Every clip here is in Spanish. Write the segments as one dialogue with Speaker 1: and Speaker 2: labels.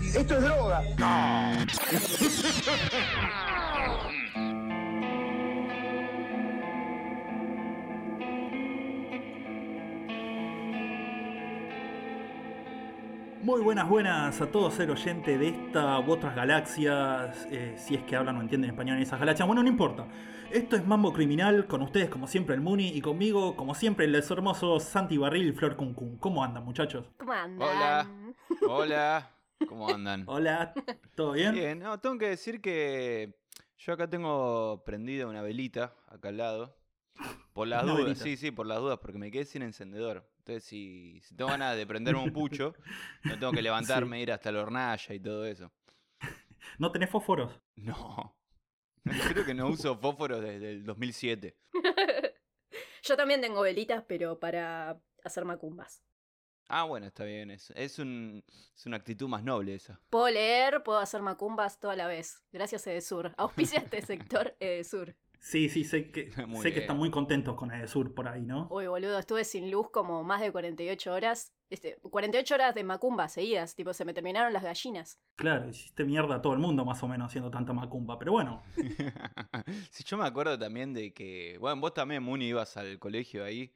Speaker 1: Esto es droga.
Speaker 2: Muy buenas, buenas a todos el oyente de esta u otras galaxias. eh, si es que hablan o entienden español en esas galaxias. Bueno, no importa. Esto es Mambo Criminal, con ustedes como siempre el Muni y conmigo como siempre los hermosos Santi Barril y Flor Cuncun. ¿Cómo andan muchachos?
Speaker 3: ¿Cómo
Speaker 4: Hola.
Speaker 3: andan?
Speaker 4: Hola, ¿cómo andan?
Speaker 2: Hola, ¿todo bien?
Speaker 4: Bien, no, tengo que decir que yo acá tengo prendida una velita acá al lado. Por las
Speaker 2: Una
Speaker 4: dudas,
Speaker 2: velita.
Speaker 4: sí, sí, por las dudas, porque me quedé sin encendedor. Entonces, si, si tengo ganas de prenderme un pucho, no tengo que levantarme, ir hasta la hornalla y todo eso.
Speaker 2: ¿No tenés fósforos?
Speaker 4: No. Creo que no uso fósforos desde el 2007.
Speaker 3: Yo también tengo velitas, pero para hacer macumbas.
Speaker 4: Ah, bueno, está bien. Es, es, un, es una actitud más noble esa.
Speaker 3: Puedo leer, puedo hacer macumbas toda la vez. Gracias Edesur. Auspicia este sector Edesur.
Speaker 2: Sí, sí, sé que,
Speaker 4: Muy
Speaker 2: sé que
Speaker 4: bien.
Speaker 2: están muy contentos con el sur por ahí, ¿no?
Speaker 3: Uy, boludo, estuve sin luz como más de 48 horas. Este, 48 horas de macumbas seguidas. Tipo, se me terminaron las gallinas.
Speaker 2: Claro, hiciste mierda a todo el mundo más o menos haciendo tanta macumba, pero bueno.
Speaker 4: Si yo me acuerdo también de que, bueno, vos también, Muni, ibas al colegio ahí,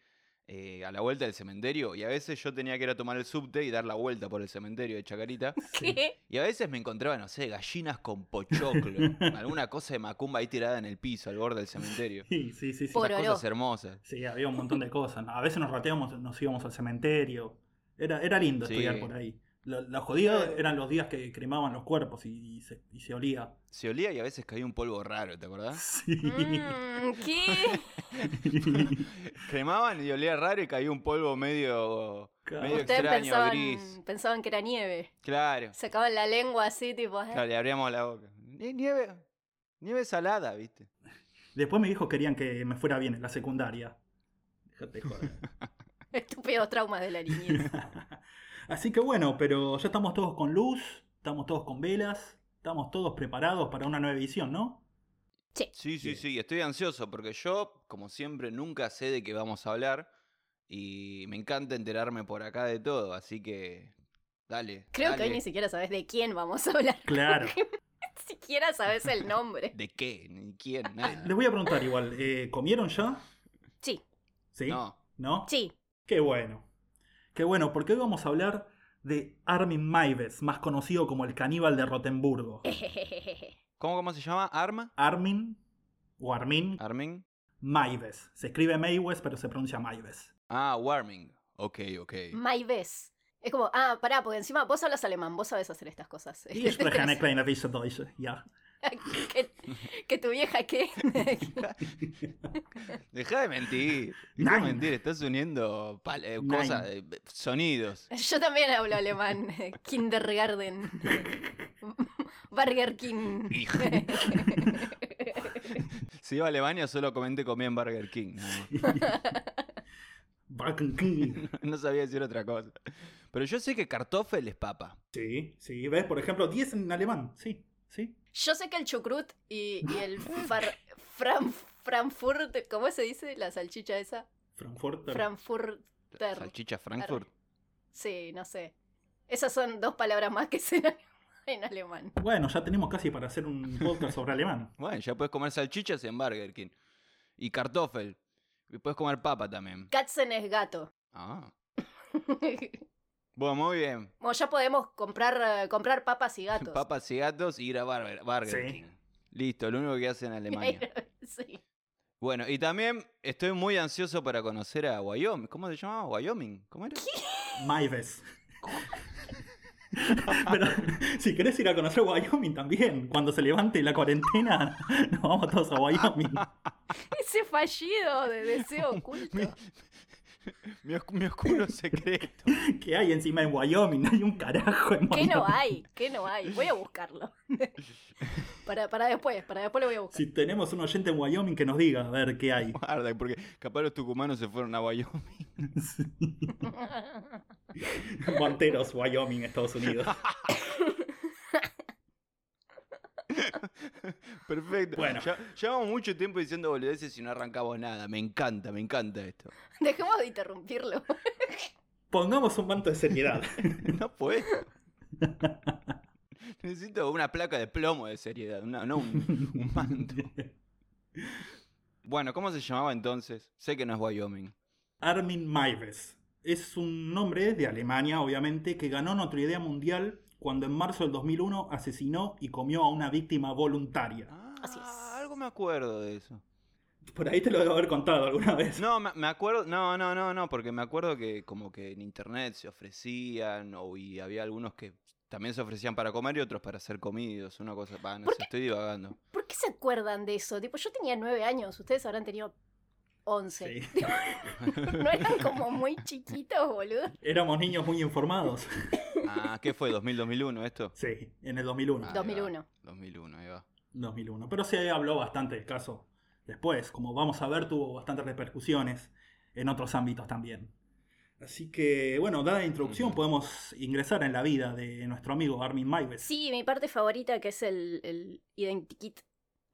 Speaker 4: eh, a la vuelta del cementerio, y a veces yo tenía que ir a tomar el subte y dar la vuelta por el cementerio de Chacarita,
Speaker 2: sí.
Speaker 3: ¿Qué?
Speaker 4: y a veces me encontraba, no sé, gallinas con pochoclo, alguna cosa de macumba ahí tirada en el piso, al borde del cementerio.
Speaker 2: Sí, sí, sí. sí.
Speaker 3: Por-
Speaker 4: Esas
Speaker 3: Pororó.
Speaker 4: cosas hermosas.
Speaker 2: Sí, había un montón de cosas. A veces nos rateamos, nos íbamos al cementerio. Era, era lindo
Speaker 4: Sí.
Speaker 2: estudiar por ahí. Lo, lo jodido
Speaker 3: Sí.
Speaker 2: eran los días que cremaban los cuerpos y, y se, y se olía.
Speaker 4: Se olía y a veces caía un polvo raro, ¿te acordás?
Speaker 2: Sí.
Speaker 3: Mm, ¿Qué?
Speaker 4: Cremaban y olía raro y caía un polvo medio,
Speaker 2: Claro.
Speaker 4: medio
Speaker 3: Ustedes
Speaker 4: extraño,
Speaker 3: pensaban,
Speaker 4: gris.
Speaker 3: pensaban que era nieve.
Speaker 4: Claro.
Speaker 3: Sacaban la lengua así, tipo. ¿eh?
Speaker 4: Claro, le abríamos la boca. Ni- Nieve, nieve salada, ¿viste?
Speaker 2: Después me dijo que querían que me fuera bien en la secundaria. Déjate joder.
Speaker 3: Estúpidos traumas de la niñez.
Speaker 2: Así que bueno, pero ya estamos todos con luz, estamos todos con velas, estamos todos preparados para una nueva edición, ¿no?
Speaker 4: Sí, sí,
Speaker 2: Bien.
Speaker 4: sí, estoy ansioso porque yo, como siempre, nunca sé de qué vamos a hablar y me encanta enterarme por acá de todo, así que dale.
Speaker 3: Creo
Speaker 4: dale.
Speaker 3: que hoy ni siquiera sabes de quién vamos a hablar.
Speaker 2: Claro.
Speaker 3: Ni siquiera sabes el nombre.
Speaker 4: ¿De qué? ¿Ni quién? Nada.
Speaker 2: Les voy a preguntar igual, eh, ¿comieron ya?
Speaker 3: Sí,
Speaker 2: ¿Sí?
Speaker 4: No.
Speaker 2: ¿No?
Speaker 3: sí.
Speaker 2: Qué bueno. Qué bueno, porque hoy vamos a hablar de Armin Maives, más conocido como el caníbal de Rotemburgo.
Speaker 3: Eh.
Speaker 4: ¿Cómo, cómo se llama? ¿Arma?
Speaker 2: Armin o Armin
Speaker 4: ¿Armin?
Speaker 2: Maives. Se escribe Maives, pero se pronuncia Maives.
Speaker 4: Ah, Warming. Ok, ok.
Speaker 3: My best. Es como, ah, pará, porque encima vos hablas alemán, vos sabes hacer estas cosas.
Speaker 2: Y es Rejane Kleiner dice Deutsche, ya.
Speaker 3: que, que tu vieja qué.
Speaker 4: Deja de mentir. Deja de
Speaker 2: Nein.
Speaker 4: mentir, estás uniendo pal- eh,
Speaker 2: Nein.
Speaker 4: cosas, eh, sonidos.
Speaker 3: Yo también hablo alemán. Kindergarten. Burger King.
Speaker 4: Hij. Si iba a Alemania solo comenté comía en Burger King. nada más.
Speaker 2: Backen King.
Speaker 4: No sabía decir otra cosa. Pero yo sé que Kartoffel es papa.
Speaker 2: Sí, sí, ves, por ejemplo, 10 en alemán, sí, sí.
Speaker 3: Yo sé que el chucrut y, y el far- fran- Frankfurt, ¿cómo se dice la salchicha esa?
Speaker 2: Frankfurter.
Speaker 3: Frankfurter.
Speaker 4: Salchicha Frankfurt.
Speaker 3: Sí, no sé. Esas son dos palabras más que se en, en alemán.
Speaker 2: bueno, ya tenemos casi para hacer un podcast sobre alemán.
Speaker 4: Bueno, ya puedes comer salchichas en Burger King. Y Kartoffel. Y puedes comer papa también.
Speaker 3: Katzen es gato.
Speaker 4: Ah. Bueno, muy bien.
Speaker 3: bueno, ya podemos comprar, eh, comprar papas y gatos.
Speaker 4: Papas y gatos y ir a Barber- Burger
Speaker 2: Sí.
Speaker 4: King. Listo, lo único que hace en Alemania.
Speaker 3: sí.
Speaker 4: Bueno, y también estoy muy ansioso para conocer a Wyoming. ¿Cómo se llamaba? ¿Wyoming? ¿Cómo era?
Speaker 2: Maives. Pero si querés ir a conocer Wyoming también, cuando se levante la cuarentena, nos vamos todos a Wyoming.
Speaker 3: Ese fallido de deseo oculto.
Speaker 4: Mi, os- mi oscuro secreto.
Speaker 2: ¿Qué hay encima en Wyoming? No hay un carajo en
Speaker 3: ¿Qué
Speaker 2: Wyoming.
Speaker 3: no hay? ¿Qué no hay? Voy a buscarlo. para, para después, para después lo voy a buscar.
Speaker 2: Si tenemos un oyente en Wyoming que nos diga a ver qué hay.
Speaker 4: Guarda, porque capaz los tucumanos se fueron a Wyoming.
Speaker 2: Monteros, Wyoming, Estados Unidos.
Speaker 4: Perfecto.
Speaker 2: Bueno.
Speaker 4: Ya- llevamos mucho tiempo diciendo boludeces y no arrancamos nada. Me encanta, me encanta esto.
Speaker 3: Dejemos de interrumpirlo.
Speaker 2: Pongamos un manto de seriedad.
Speaker 4: No puedo. Necesito una placa de plomo de seriedad, una- no un, un manto. Bueno, ¿cómo se llamaba entonces? Sé que no es Wyoming.
Speaker 2: Armin Maives. Es un nombre de Alemania, obviamente, que ganó notoriedad mundial cuando en marzo del 2001 asesinó y comió a una víctima voluntaria.
Speaker 4: Ah,
Speaker 3: Así es.
Speaker 4: algo me acuerdo de eso.
Speaker 2: Por ahí te lo debo haber contado alguna vez.
Speaker 4: No, me, me acuerdo, no, no, no, no, porque me acuerdo que como que en internet se ofrecían o, y había algunos que también se ofrecían para comer y otros para ser comidos, una cosa, va, no
Speaker 3: ¿Por
Speaker 4: sé, estoy divagando.
Speaker 3: ¿Por qué se acuerdan de eso? Tipo, yo tenía nueve años, ustedes habrán tenido once.
Speaker 2: Sí.
Speaker 3: No eran como muy chiquitos, boludo.
Speaker 2: Éramos niños muy informados.
Speaker 4: Ah, ¿qué fue? ¿2000, 2001 esto?
Speaker 2: Sí, en el
Speaker 4: Ahí
Speaker 2: 2001.
Speaker 4: va,
Speaker 3: 2001.
Speaker 4: 2001, ahí va.
Speaker 2: 2001. Pero se habló bastante del caso después. Como vamos a ver, tuvo bastantes repercusiones en otros ámbitos también. Así que, bueno, dada la introducción,
Speaker 4: Ujú.
Speaker 2: podemos ingresar en la vida de nuestro amigo Armin Maives.
Speaker 3: Sí, mi parte favorita que es el, el identikit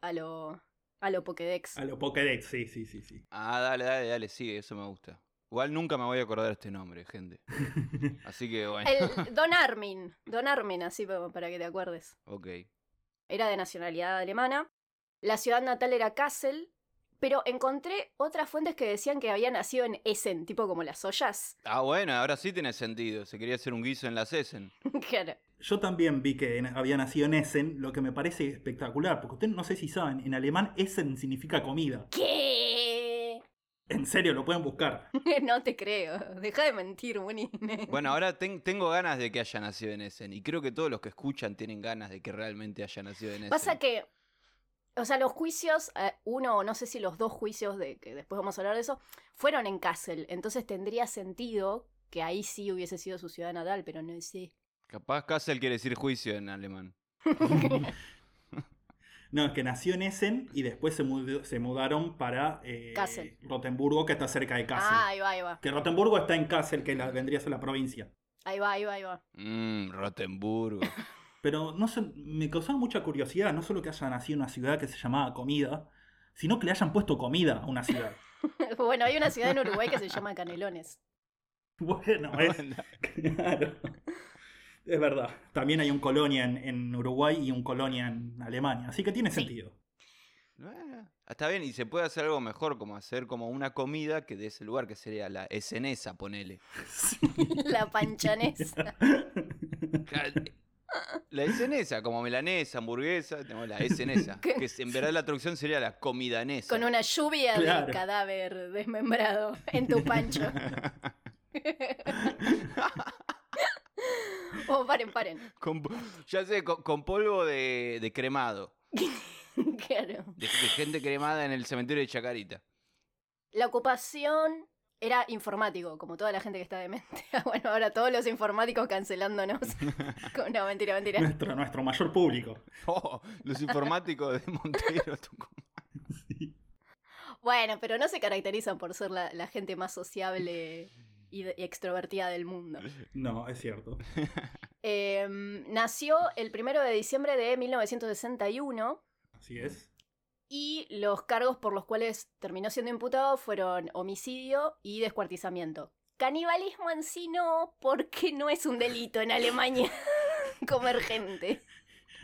Speaker 3: a lo, a lo Pokédex.
Speaker 2: A lo Pokédex, sí, sí, sí, sí.
Speaker 4: Ah, dale, dale, dale, sí, eso me gusta. Igual nunca me voy a acordar este nombre, gente. Así que bueno,
Speaker 3: El Don Armin. Don Armin, así pa- para que te acuerdes.
Speaker 4: ok.
Speaker 3: Era de nacionalidad alemana. La ciudad natal era Kassel. Pero encontré otras fuentes que decían que había nacido en Essen, tipo como las ollas.
Speaker 4: Ah, bueno, ahora sí tiene sentido. Se quería hacer un guiso en la Essen.
Speaker 3: Claro.
Speaker 2: Yo también vi que en- había nacido en Essen, lo que me parece espectacular, porque ustedes no sé si saben, en alemán Essen significa comida.
Speaker 3: ¿Qué?
Speaker 2: En serio, lo pueden buscar.
Speaker 3: No te creo. Deja de mentir, Muni.
Speaker 4: Bueno, ahora ten- tengo ganas de que haya nacido en Essen. Y creo que todos los que escuchan tienen ganas de que realmente haya nacido en Essen.
Speaker 3: Pasa que, o sea, los juicios, eh, uno o no sé si los dos juicios, de que después vamos a hablar de eso, fueron en Kassel. Entonces tendría sentido que ahí sí hubiese sido su ciudad natal, pero no sé.
Speaker 4: Capaz Kassel quiere decir juicio en alemán.
Speaker 2: No, es que nació en Essen y después se, mudó- se mudaron para eh,
Speaker 3: Kassel.
Speaker 2: Rotemburgo, que está cerca de Kassel.
Speaker 3: Ah, ahí va, ahí va.
Speaker 2: Que Rotemburgo está en Kassel, que la, vendría a ser la provincia.
Speaker 3: Ahí va, ahí va, ahí va.
Speaker 4: Mmm, Rotemburgo.
Speaker 2: Pero no sé, me causaba mucha curiosidad, no solo que haya nacido en una ciudad que se llamaba Comida, sino que le hayan puesto comida a una ciudad.
Speaker 3: Bueno, hay una ciudad en Uruguay que se llama Canelones.
Speaker 2: Bueno, es, claro. Es verdad. También hay un colonia en, en Uruguay y un colonia en Alemania, así que tiene
Speaker 3: Sí.
Speaker 2: sentido.
Speaker 4: Bueno, Ah, Está bien, y se puede hacer algo mejor, como hacer como una comida que de ese lugar, que sería la essenesa, ponele.
Speaker 3: La panchanesa.
Speaker 4: Claro, La essenesa, como milanesa, hamburguesa, tenemos la essenesa.
Speaker 3: ¿Qué?
Speaker 4: que es- en verdad la traducción sería la comidanesa.
Speaker 3: Con una lluvia
Speaker 2: Claro.
Speaker 3: de cadáver desmembrado en tu pancho. Oh, paren, paren.
Speaker 4: Con po- ya sé, con, con polvo de, de cremado.
Speaker 3: Claro.
Speaker 4: De, de gente cremada en el cementerio de Chacarita.
Speaker 3: La ocupación era informático, como toda la gente que está demente. Bueno, ahora todos los informáticos cancelándonos. Con- No, mentira, mentira.
Speaker 2: Nuestro, nuestro mayor público.
Speaker 4: Oh, los informáticos de Montero. Tucumán.
Speaker 3: Bueno, pero no se caracterizan por ser la, la gente más sociable y, de- y extrovertida del mundo.
Speaker 2: No, es cierto.
Speaker 3: Eh, nació el 1 de diciembre de 1961
Speaker 2: Así es.
Speaker 3: y los cargos por los cuales terminó siendo imputado fueron homicidio y descuartizamiento. Canibalismo en sí no, porque no es un delito en Alemania comer gente.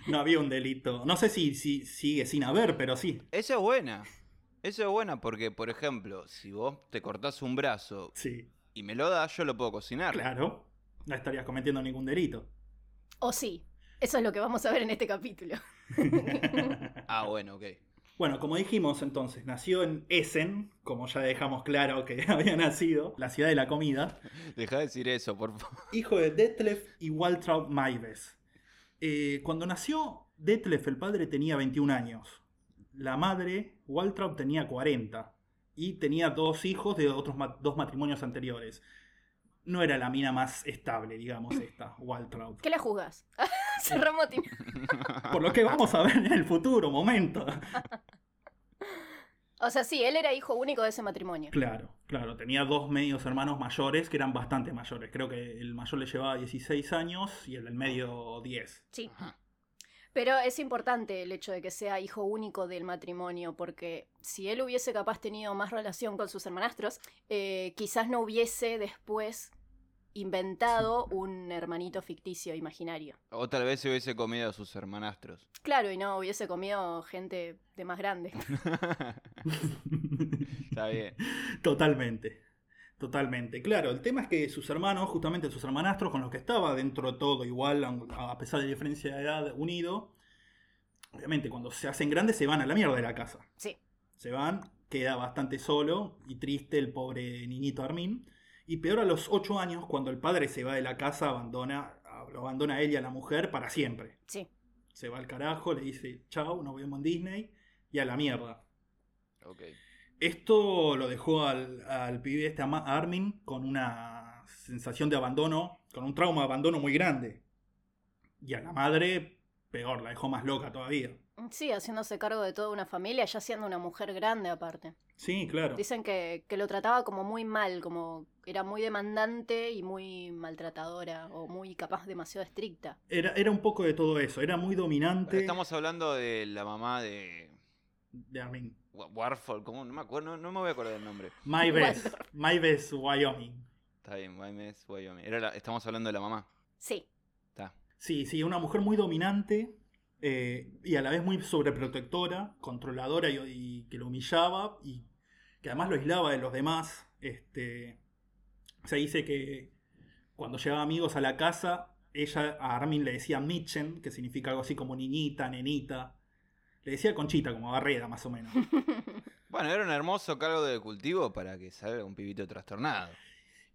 Speaker 2: No había un delito. No sé si, si sigue sin haber, pero sí.
Speaker 4: Esa es buena. Esa es buena porque, por ejemplo, si vos te cortás un brazo
Speaker 2: Sí.
Speaker 4: y me lo das, yo lo puedo cocinar.
Speaker 2: Claro. No estarías cometiendo ningún delito.
Speaker 3: O sí. Eso es lo que vamos a ver en este capítulo.
Speaker 4: Ah, bueno, ok.
Speaker 2: Bueno, como dijimos entonces, nació en Essen, como ya dejamos claro que había nacido, la ciudad de la comida,
Speaker 4: Deja de decir eso, por favor.
Speaker 2: hijo de Detlef y Waltraud Maives. Eh, cuando nació Detlef, el padre tenía 21 años, la madre, Waltraud, tenía 40 y tenía dos hijos de otros ma- dos matrimonios anteriores. No era la mina más estable, digamos, esta, Waltraud.
Speaker 3: ¿Qué la juzgas? Se remotin.
Speaker 2: Por lo que vamos a ver en el futuro, momento.
Speaker 3: O sea, sí, él era hijo único de ese matrimonio.
Speaker 2: Claro, claro. Tenía dos medios hermanos mayores que eran bastante mayores. Creo que el mayor le llevaba 16 años y el del medio 10.
Speaker 3: Sí. Pero es importante el hecho de que sea hijo único del matrimonio, porque si él hubiese capaz tenido más relación con sus hermanastros, eh, quizás no hubiese después inventado un hermanito ficticio, imaginario.
Speaker 4: O tal vez se hubiese comido a sus hermanastros.
Speaker 3: Claro, y no hubiese comido gente de más grande.
Speaker 4: Está bien.
Speaker 2: Totalmente. Totalmente. Claro, el tema es que sus hermanos, justamente sus hermanastros con los que estaba dentro de todo igual, aun- a pesar de la diferencia de edad, unido, obviamente cuando se hacen grandes se van a la mierda de la casa.
Speaker 3: Sí.
Speaker 2: Se van, queda bastante solo y triste el pobre niñito Armin. Y peor a los 8 años, cuando el padre se va de la casa, abandona, lo abandona a él y a la mujer para siempre.
Speaker 3: Sí.
Speaker 2: Se va al carajo, le dice, chao, nos vemos en Disney y a la mierda.
Speaker 4: Ok.
Speaker 2: Esto lo dejó al, al pibe este, a Ma- a Armin, con una sensación de abandono, con un trauma de abandono muy grande. Y a la madre, peor, la dejó más loca todavía.
Speaker 3: Sí, haciéndose cargo de toda una familia, ya siendo una mujer grande aparte.
Speaker 2: Sí, claro.
Speaker 3: Dicen que, que lo trataba como muy mal, como era muy demandante y muy maltratadora, o muy capaz demasiado estricta.
Speaker 2: Era, era un poco de todo eso, era muy dominante
Speaker 4: Bueno, estamos hablando de la mamá de.
Speaker 2: de Armin.
Speaker 4: Wa- Warford, ¿cómo? No me acuerdo, no, no me voy a acordar el nombre.
Speaker 2: My
Speaker 3: Bueno.
Speaker 2: Best, My Best Wyoming.
Speaker 4: Está bien, Wymes, Wyoming. Era la- estamos hablando de la mamá.
Speaker 3: Sí,
Speaker 4: Está.
Speaker 2: Sí, sí, una mujer muy dominante eh, y a la vez muy sobreprotectora, controladora y, y que lo humillaba y que además lo aislaba de los demás. Este, se dice que cuando llevaba amigos a la casa, ella a Armin le decía Mitchen, que significa algo así como niñita, nenita. Le decía conchita, como barreda más o menos.
Speaker 4: Bueno, era un hermoso cargo de cultivo para que salga un pibito trastornado.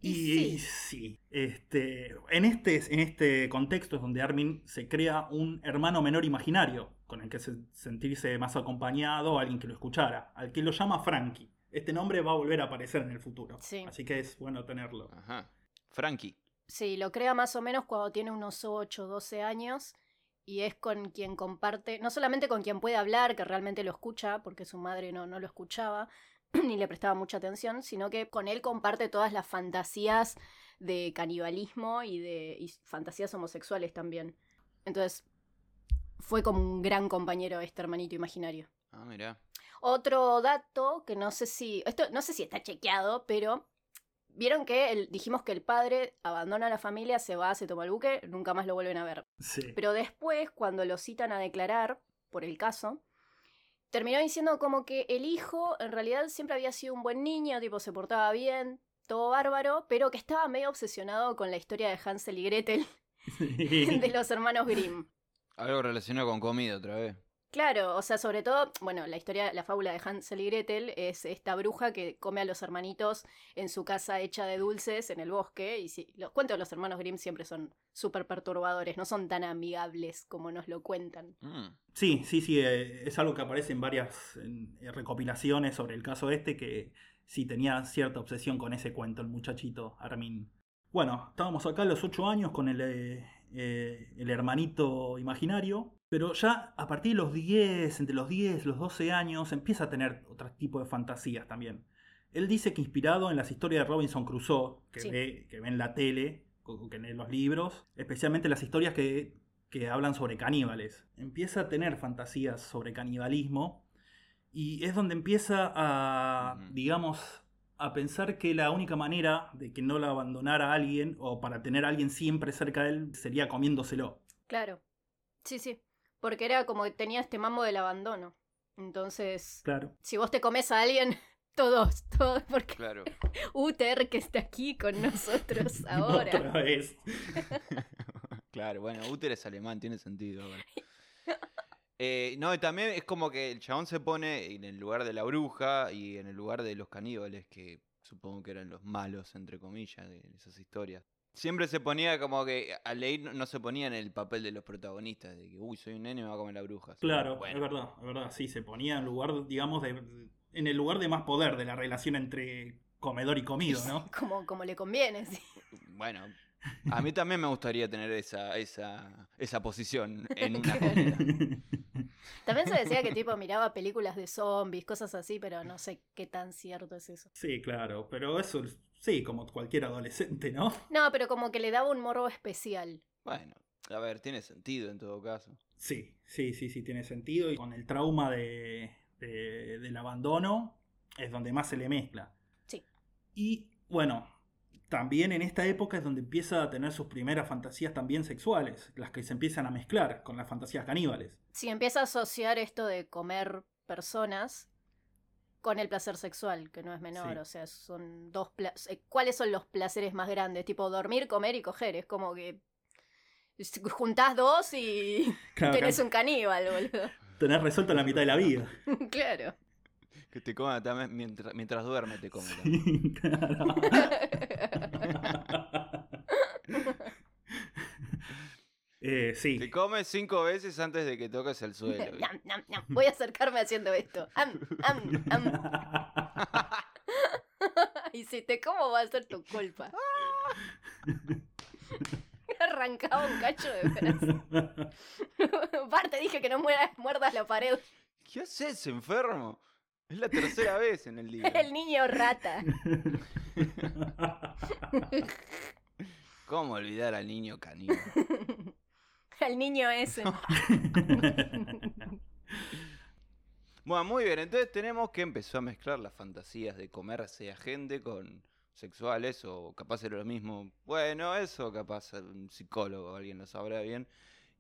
Speaker 2: Y,
Speaker 3: Y sí.
Speaker 2: y sí. Este, en, este, en este contexto es donde Armin se crea un hermano menor imaginario, con el que se- sentirse más acompañado, alguien que lo escuchara, al que lo llama Frankie. Este nombre va a volver a aparecer en el futuro.
Speaker 3: Sí.
Speaker 2: Así que es bueno tenerlo.
Speaker 4: Ajá. Frankie.
Speaker 3: sí, lo crea más o menos cuando tiene unos 8, 12 años y es con quien comparte, no solamente con quien puede hablar, que realmente lo escucha, porque su madre no, no lo escuchaba ni le prestaba mucha atención, sino que con él comparte todas las fantasías de canibalismo y de y fantasías homosexuales también. Entonces, fue como un gran compañero este hermanito imaginario.
Speaker 4: Ah, mirá.
Speaker 3: Otro dato que no sé si. Esto no sé si está chequeado, pero. Vieron que el- dijimos que el padre abandona a la familia, se va, se toma el buque, nunca más lo vuelven a ver.
Speaker 2: Sí.
Speaker 3: Pero después, cuando lo citan a declarar por el caso, terminó diciendo como que el hijo en realidad siempre había sido un buen niño, tipo se portaba bien, todo bárbaro, pero que estaba medio obsesionado con la historia de Hansel y Gretel de los hermanos Grimm.
Speaker 4: Algo relacionado con comida otra vez.
Speaker 3: Claro, o sea, sobre todo, bueno, la historia, la fábula de Hansel y Gretel es esta bruja que come a los hermanitos en su casa hecha de dulces en el bosque. Y si, los cuentos de los hermanos Grimm siempre son súper perturbadores, no son tan amigables como nos lo cuentan.
Speaker 4: Mm.
Speaker 2: Sí, sí, sí, eh, es algo que aparece en varias en, eh, recopilaciones sobre el caso este, que sí tenía cierta obsesión con ese cuento, el muchachito Armin. Bueno, estábamos acá a los ocho años con el, eh, eh, el hermanito imaginario, pero ya a partir de los 10, entre los 10 los 12 años, empieza a tener otro tipo de fantasías también. Él dice que inspirado en las historias de Robinson Crusoe, que,
Speaker 3: Sí.
Speaker 2: ve, que ve en la tele, o que lee en los libros, especialmente las historias que que hablan sobre caníbales. Empieza a tener fantasías sobre canibalismo y es donde empieza a,
Speaker 4: Ujú.
Speaker 2: digamos, a pensar que la única manera de que no la abandonara alguien o para tener a alguien siempre cerca de él sería comiéndoselo.
Speaker 3: Claro. Sí, sí. Porque era como que tenía este mambo del abandono. Entonces,
Speaker 2: Claro.
Speaker 3: si vos te comes a alguien, todos, todos, porque
Speaker 4: Claro.
Speaker 3: Uther, que está aquí con nosotros Pues ahora.
Speaker 2: Otra vez.
Speaker 4: Claro, bueno, Uter es alemán, tiene sentido. ahora. Eh, no, y también es como que el chabón se pone en el lugar de la bruja y en el lugar de los caníbales, que supongo que eran los malos, entre comillas, de esas historias. Siempre se ponía como que a leer no, no se ponía en el papel de los protagonistas, de que, uy, soy un nene y me va a comer la bruja. sino,
Speaker 2: Claro,
Speaker 4: bueno,
Speaker 2: es verdad, es verdad. Sí, se ponía en lugar, digamos, de, en el lugar de más poder de la relación entre comedor y comido, ¿no?
Speaker 3: Como, como le conviene, sí.
Speaker 4: Bueno, a mí también me gustaría tener esa, esa, esa posición en una comida.
Speaker 3: También se decía que tipo miraba películas de zombies, cosas así, pero no sé qué tan cierto es eso.
Speaker 2: sí, claro, pero eso, sí, como cualquier adolescente, ¿no?
Speaker 3: No, pero como que le daba un morbo especial.
Speaker 4: Bueno, a ver, tiene sentido en todo caso.
Speaker 2: Sí, sí, sí, sí, tiene sentido. Y con el trauma de, de- del abandono es donde más se le mezcla.
Speaker 3: Sí.
Speaker 2: Y bueno, también en esta época es donde empieza a tener sus primeras fantasías también sexuales, las que se empiezan a mezclar con las fantasías caníbales.
Speaker 3: Si empieza a asociar esto de comer personas con el placer sexual, que no es menor,
Speaker 2: Sí.
Speaker 3: o sea, son dos pla- eh, ¿cuáles son los placeres más grandes? Tipo dormir, comer y coger, es como que s- juntás dos y
Speaker 2: Claro,
Speaker 3: tenés
Speaker 2: acá
Speaker 3: un caníbal, boludo.
Speaker 2: tenés resuelto la mitad de la vida.
Speaker 3: claro.
Speaker 4: Que te coma también mientras, mientras duerme, te come. también.
Speaker 2: Sí, claro. Eh, sí.
Speaker 4: Te come cinco veces antes de que toques el suelo. ¿viste?
Speaker 3: Nam, nam, nam. Voy a acercarme haciendo esto. Am, am, am. Y si te como va a ser tu culpa.
Speaker 2: Ah.
Speaker 3: Arrancaba un cacho de brazo. Bart, te dije que no mueras, muerdas la pared.
Speaker 4: ¿Qué haces, enfermo? Es la tercera vez en el día.
Speaker 3: El niño rata.
Speaker 4: ¿Cómo olvidar al niño canino?
Speaker 3: El niño ese.
Speaker 4: Bueno, muy bien, entonces tenemos que empezar a mezclar las fantasías de comerse a gente con sexuales o capaz era lo mismo. Bueno, eso capaz un psicólogo, alguien lo sabrá bien.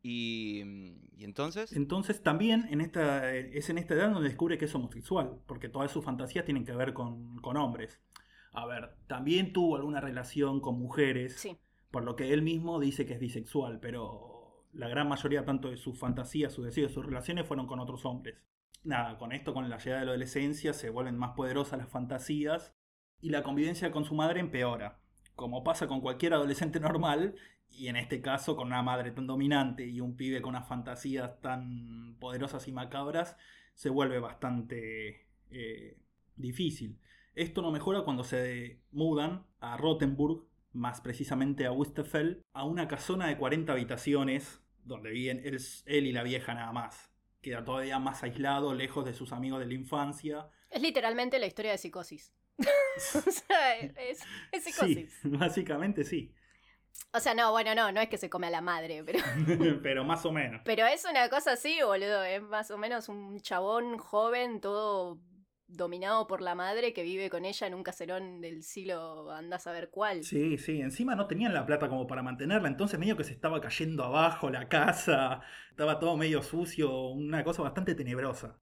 Speaker 4: Y, mm, y entonces,
Speaker 2: Entonces también en esta, eh, es en esta edad donde descubre que es homosexual, porque todas sus fantasías tienen que ver con, con hombres. A ver, también tuvo alguna relación con mujeres,
Speaker 3: Sí.
Speaker 2: por lo que él mismo dice que es bisexual, pero la gran mayoría tanto de sus fantasías, sus deseos, sus relaciones fueron con otros hombres. Nada, con esto, con la llegada de la adolescencia, se vuelven más poderosas las fantasías y la convivencia con su madre empeora, como pasa con cualquier adolescente normal, y en este caso con una madre tan dominante y un pibe con unas fantasías tan poderosas y macabras, se vuelve bastante eh, difícil. Esto no mejora cuando se mudan a Rottenburg, más precisamente a Wistefel, a una casona de 40 habitaciones donde viven él, él y la vieja nada más. Queda todavía más aislado, lejos de sus amigos de la infancia.
Speaker 3: Es literalmente la historia de psicosis. o sea, es, es
Speaker 2: Sí,
Speaker 3: psicosis.
Speaker 2: básicamente sí.
Speaker 3: O sea, no, bueno, no, no es que se come a la madre, pero,
Speaker 2: Pero más o menos.
Speaker 3: pero es una cosa así, boludo. Es más o menos un chabón joven, todo dominado por la madre que vive con ella en un caserón del siglo anda a saber cuál.
Speaker 2: Sí, sí, encima no tenían la plata como para mantenerla, entonces medio que se estaba cayendo abajo la casa, estaba todo medio sucio, una cosa bastante tenebrosa.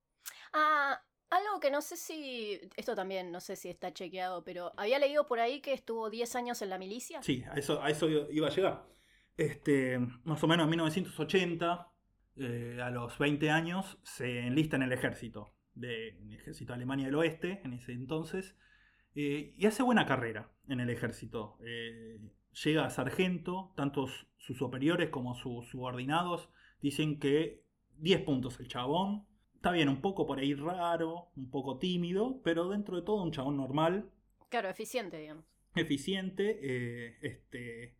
Speaker 3: Ah, algo que no sé si. Esto también, no sé si está chequeado, pero había leído por ahí que estuvo 10 años en la milicia.
Speaker 2: Sí, a eso, a eso iba a llegar. Este, más o menos en 1980, eh, a los 20 años, se enlista en el ejército, de, en el ejército de Alemania del Oeste, en ese entonces, eh, y hace buena carrera en el ejército. Eh, llega a sargento, tanto s- sus superiores como sus subordinados dicen que 10 puntos el chabón. Está bien, un poco por ahí raro, un poco tímido, pero dentro de todo un chabón normal,
Speaker 3: Claro, eficiente, digamos.
Speaker 2: eficiente. eh, este,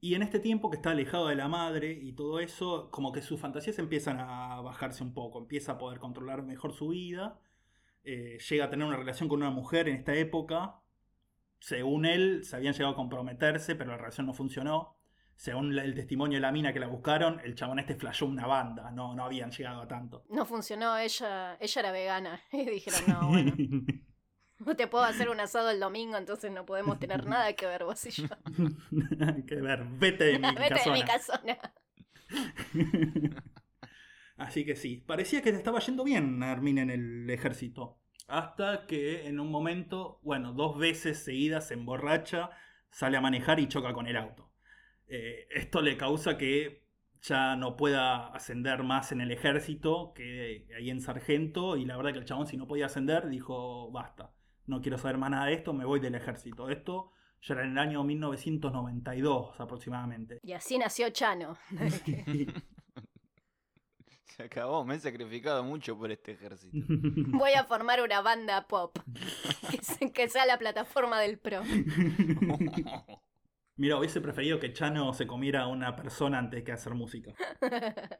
Speaker 2: y en este tiempo que está alejado de la madre y todo eso, como que sus fantasías empiezan a bajarse un poco, empieza a poder controlar mejor su vida, eh, llega a tener una relación con una mujer en esta época. Según él, se habían llegado a comprometerse, pero la relación no funcionó. Según la- el testimonio de la mina que la buscaron, el chabón este flashó una banda, no, no habían llegado a tanto.
Speaker 3: No funcionó, ella, ella era vegana. Y dijeron, no, bueno, no te puedo hacer un asado el domingo, entonces no podemos tener nada que ver vos y yo.
Speaker 2: que ver, vete de mi
Speaker 3: Vete de mi
Speaker 2: casona.
Speaker 3: casona.
Speaker 2: Así que sí, parecía que le estaba yendo bien a Armin en el ejército. Hasta que en un momento, bueno, dos veces seguidas se emborracha, sale a manejar y choca con el auto. Eh, esto le causa que ya no pueda ascender más en el ejército que ahí en sargento. Y la verdad que el chabón si no podía ascender dijo, basta, no quiero saber más nada de esto, me voy del ejército. Esto ya era en el año 1992 aproximadamente.
Speaker 3: Y así nació Chano.
Speaker 4: se acabó, me he sacrificado mucho por este ejército.
Speaker 3: Voy a formar una banda pop. Que, se- que sea la plataforma del pro.
Speaker 2: Mira, hubiese preferido que Chano se comiera a una persona antes que hacer música.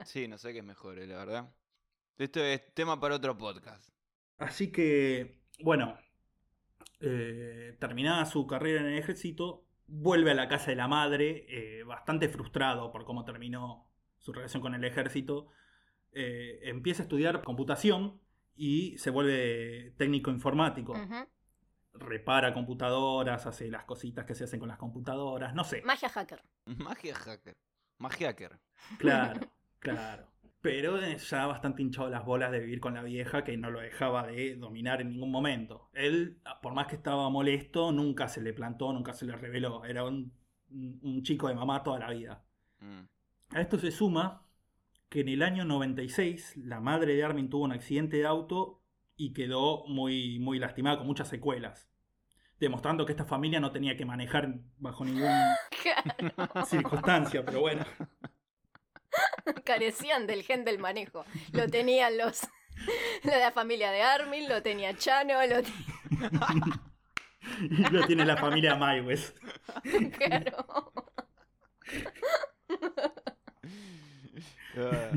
Speaker 4: sí, no sé qué es mejor, eh, la verdad. Esto es tema para otro podcast.
Speaker 2: Así que, bueno, eh, terminada su carrera en el ejército, vuelve a la casa de la madre, eh, bastante frustrado por cómo terminó su relación con el ejército. Eh,
Speaker 3: Mm.
Speaker 2: empieza a estudiar computación y se vuelve técnico informático.
Speaker 3: Ujú.
Speaker 2: repara computadoras, hace las cositas que se hacen con las computadoras, no sé.
Speaker 3: Magia hacker.
Speaker 4: Magia hacker. Magia hacker.
Speaker 2: Claro, claro. Pero eh, ya bastante hinchado las bolas de vivir con la vieja que no lo dejaba de dominar en ningún momento. Él, ah, por más que estaba molesto, nunca se le plantó, nunca se le reveló. Era un, un chico de mamá toda la vida.
Speaker 4: Mm.
Speaker 2: A esto se suma que en el año 96 la madre de Armin tuvo un accidente de auto y quedó muy, muy lastimada con muchas secuelas, demostrando que esta familia no tenía que manejar bajo ninguna circunstancia, pero bueno,
Speaker 3: Carecían del gen del manejo. Lo tenían los. La de la familia de Armin, lo tenía Chano, lo tenía.
Speaker 2: lo tiene la familia Maywes.
Speaker 3: Claro.
Speaker 4: Ah,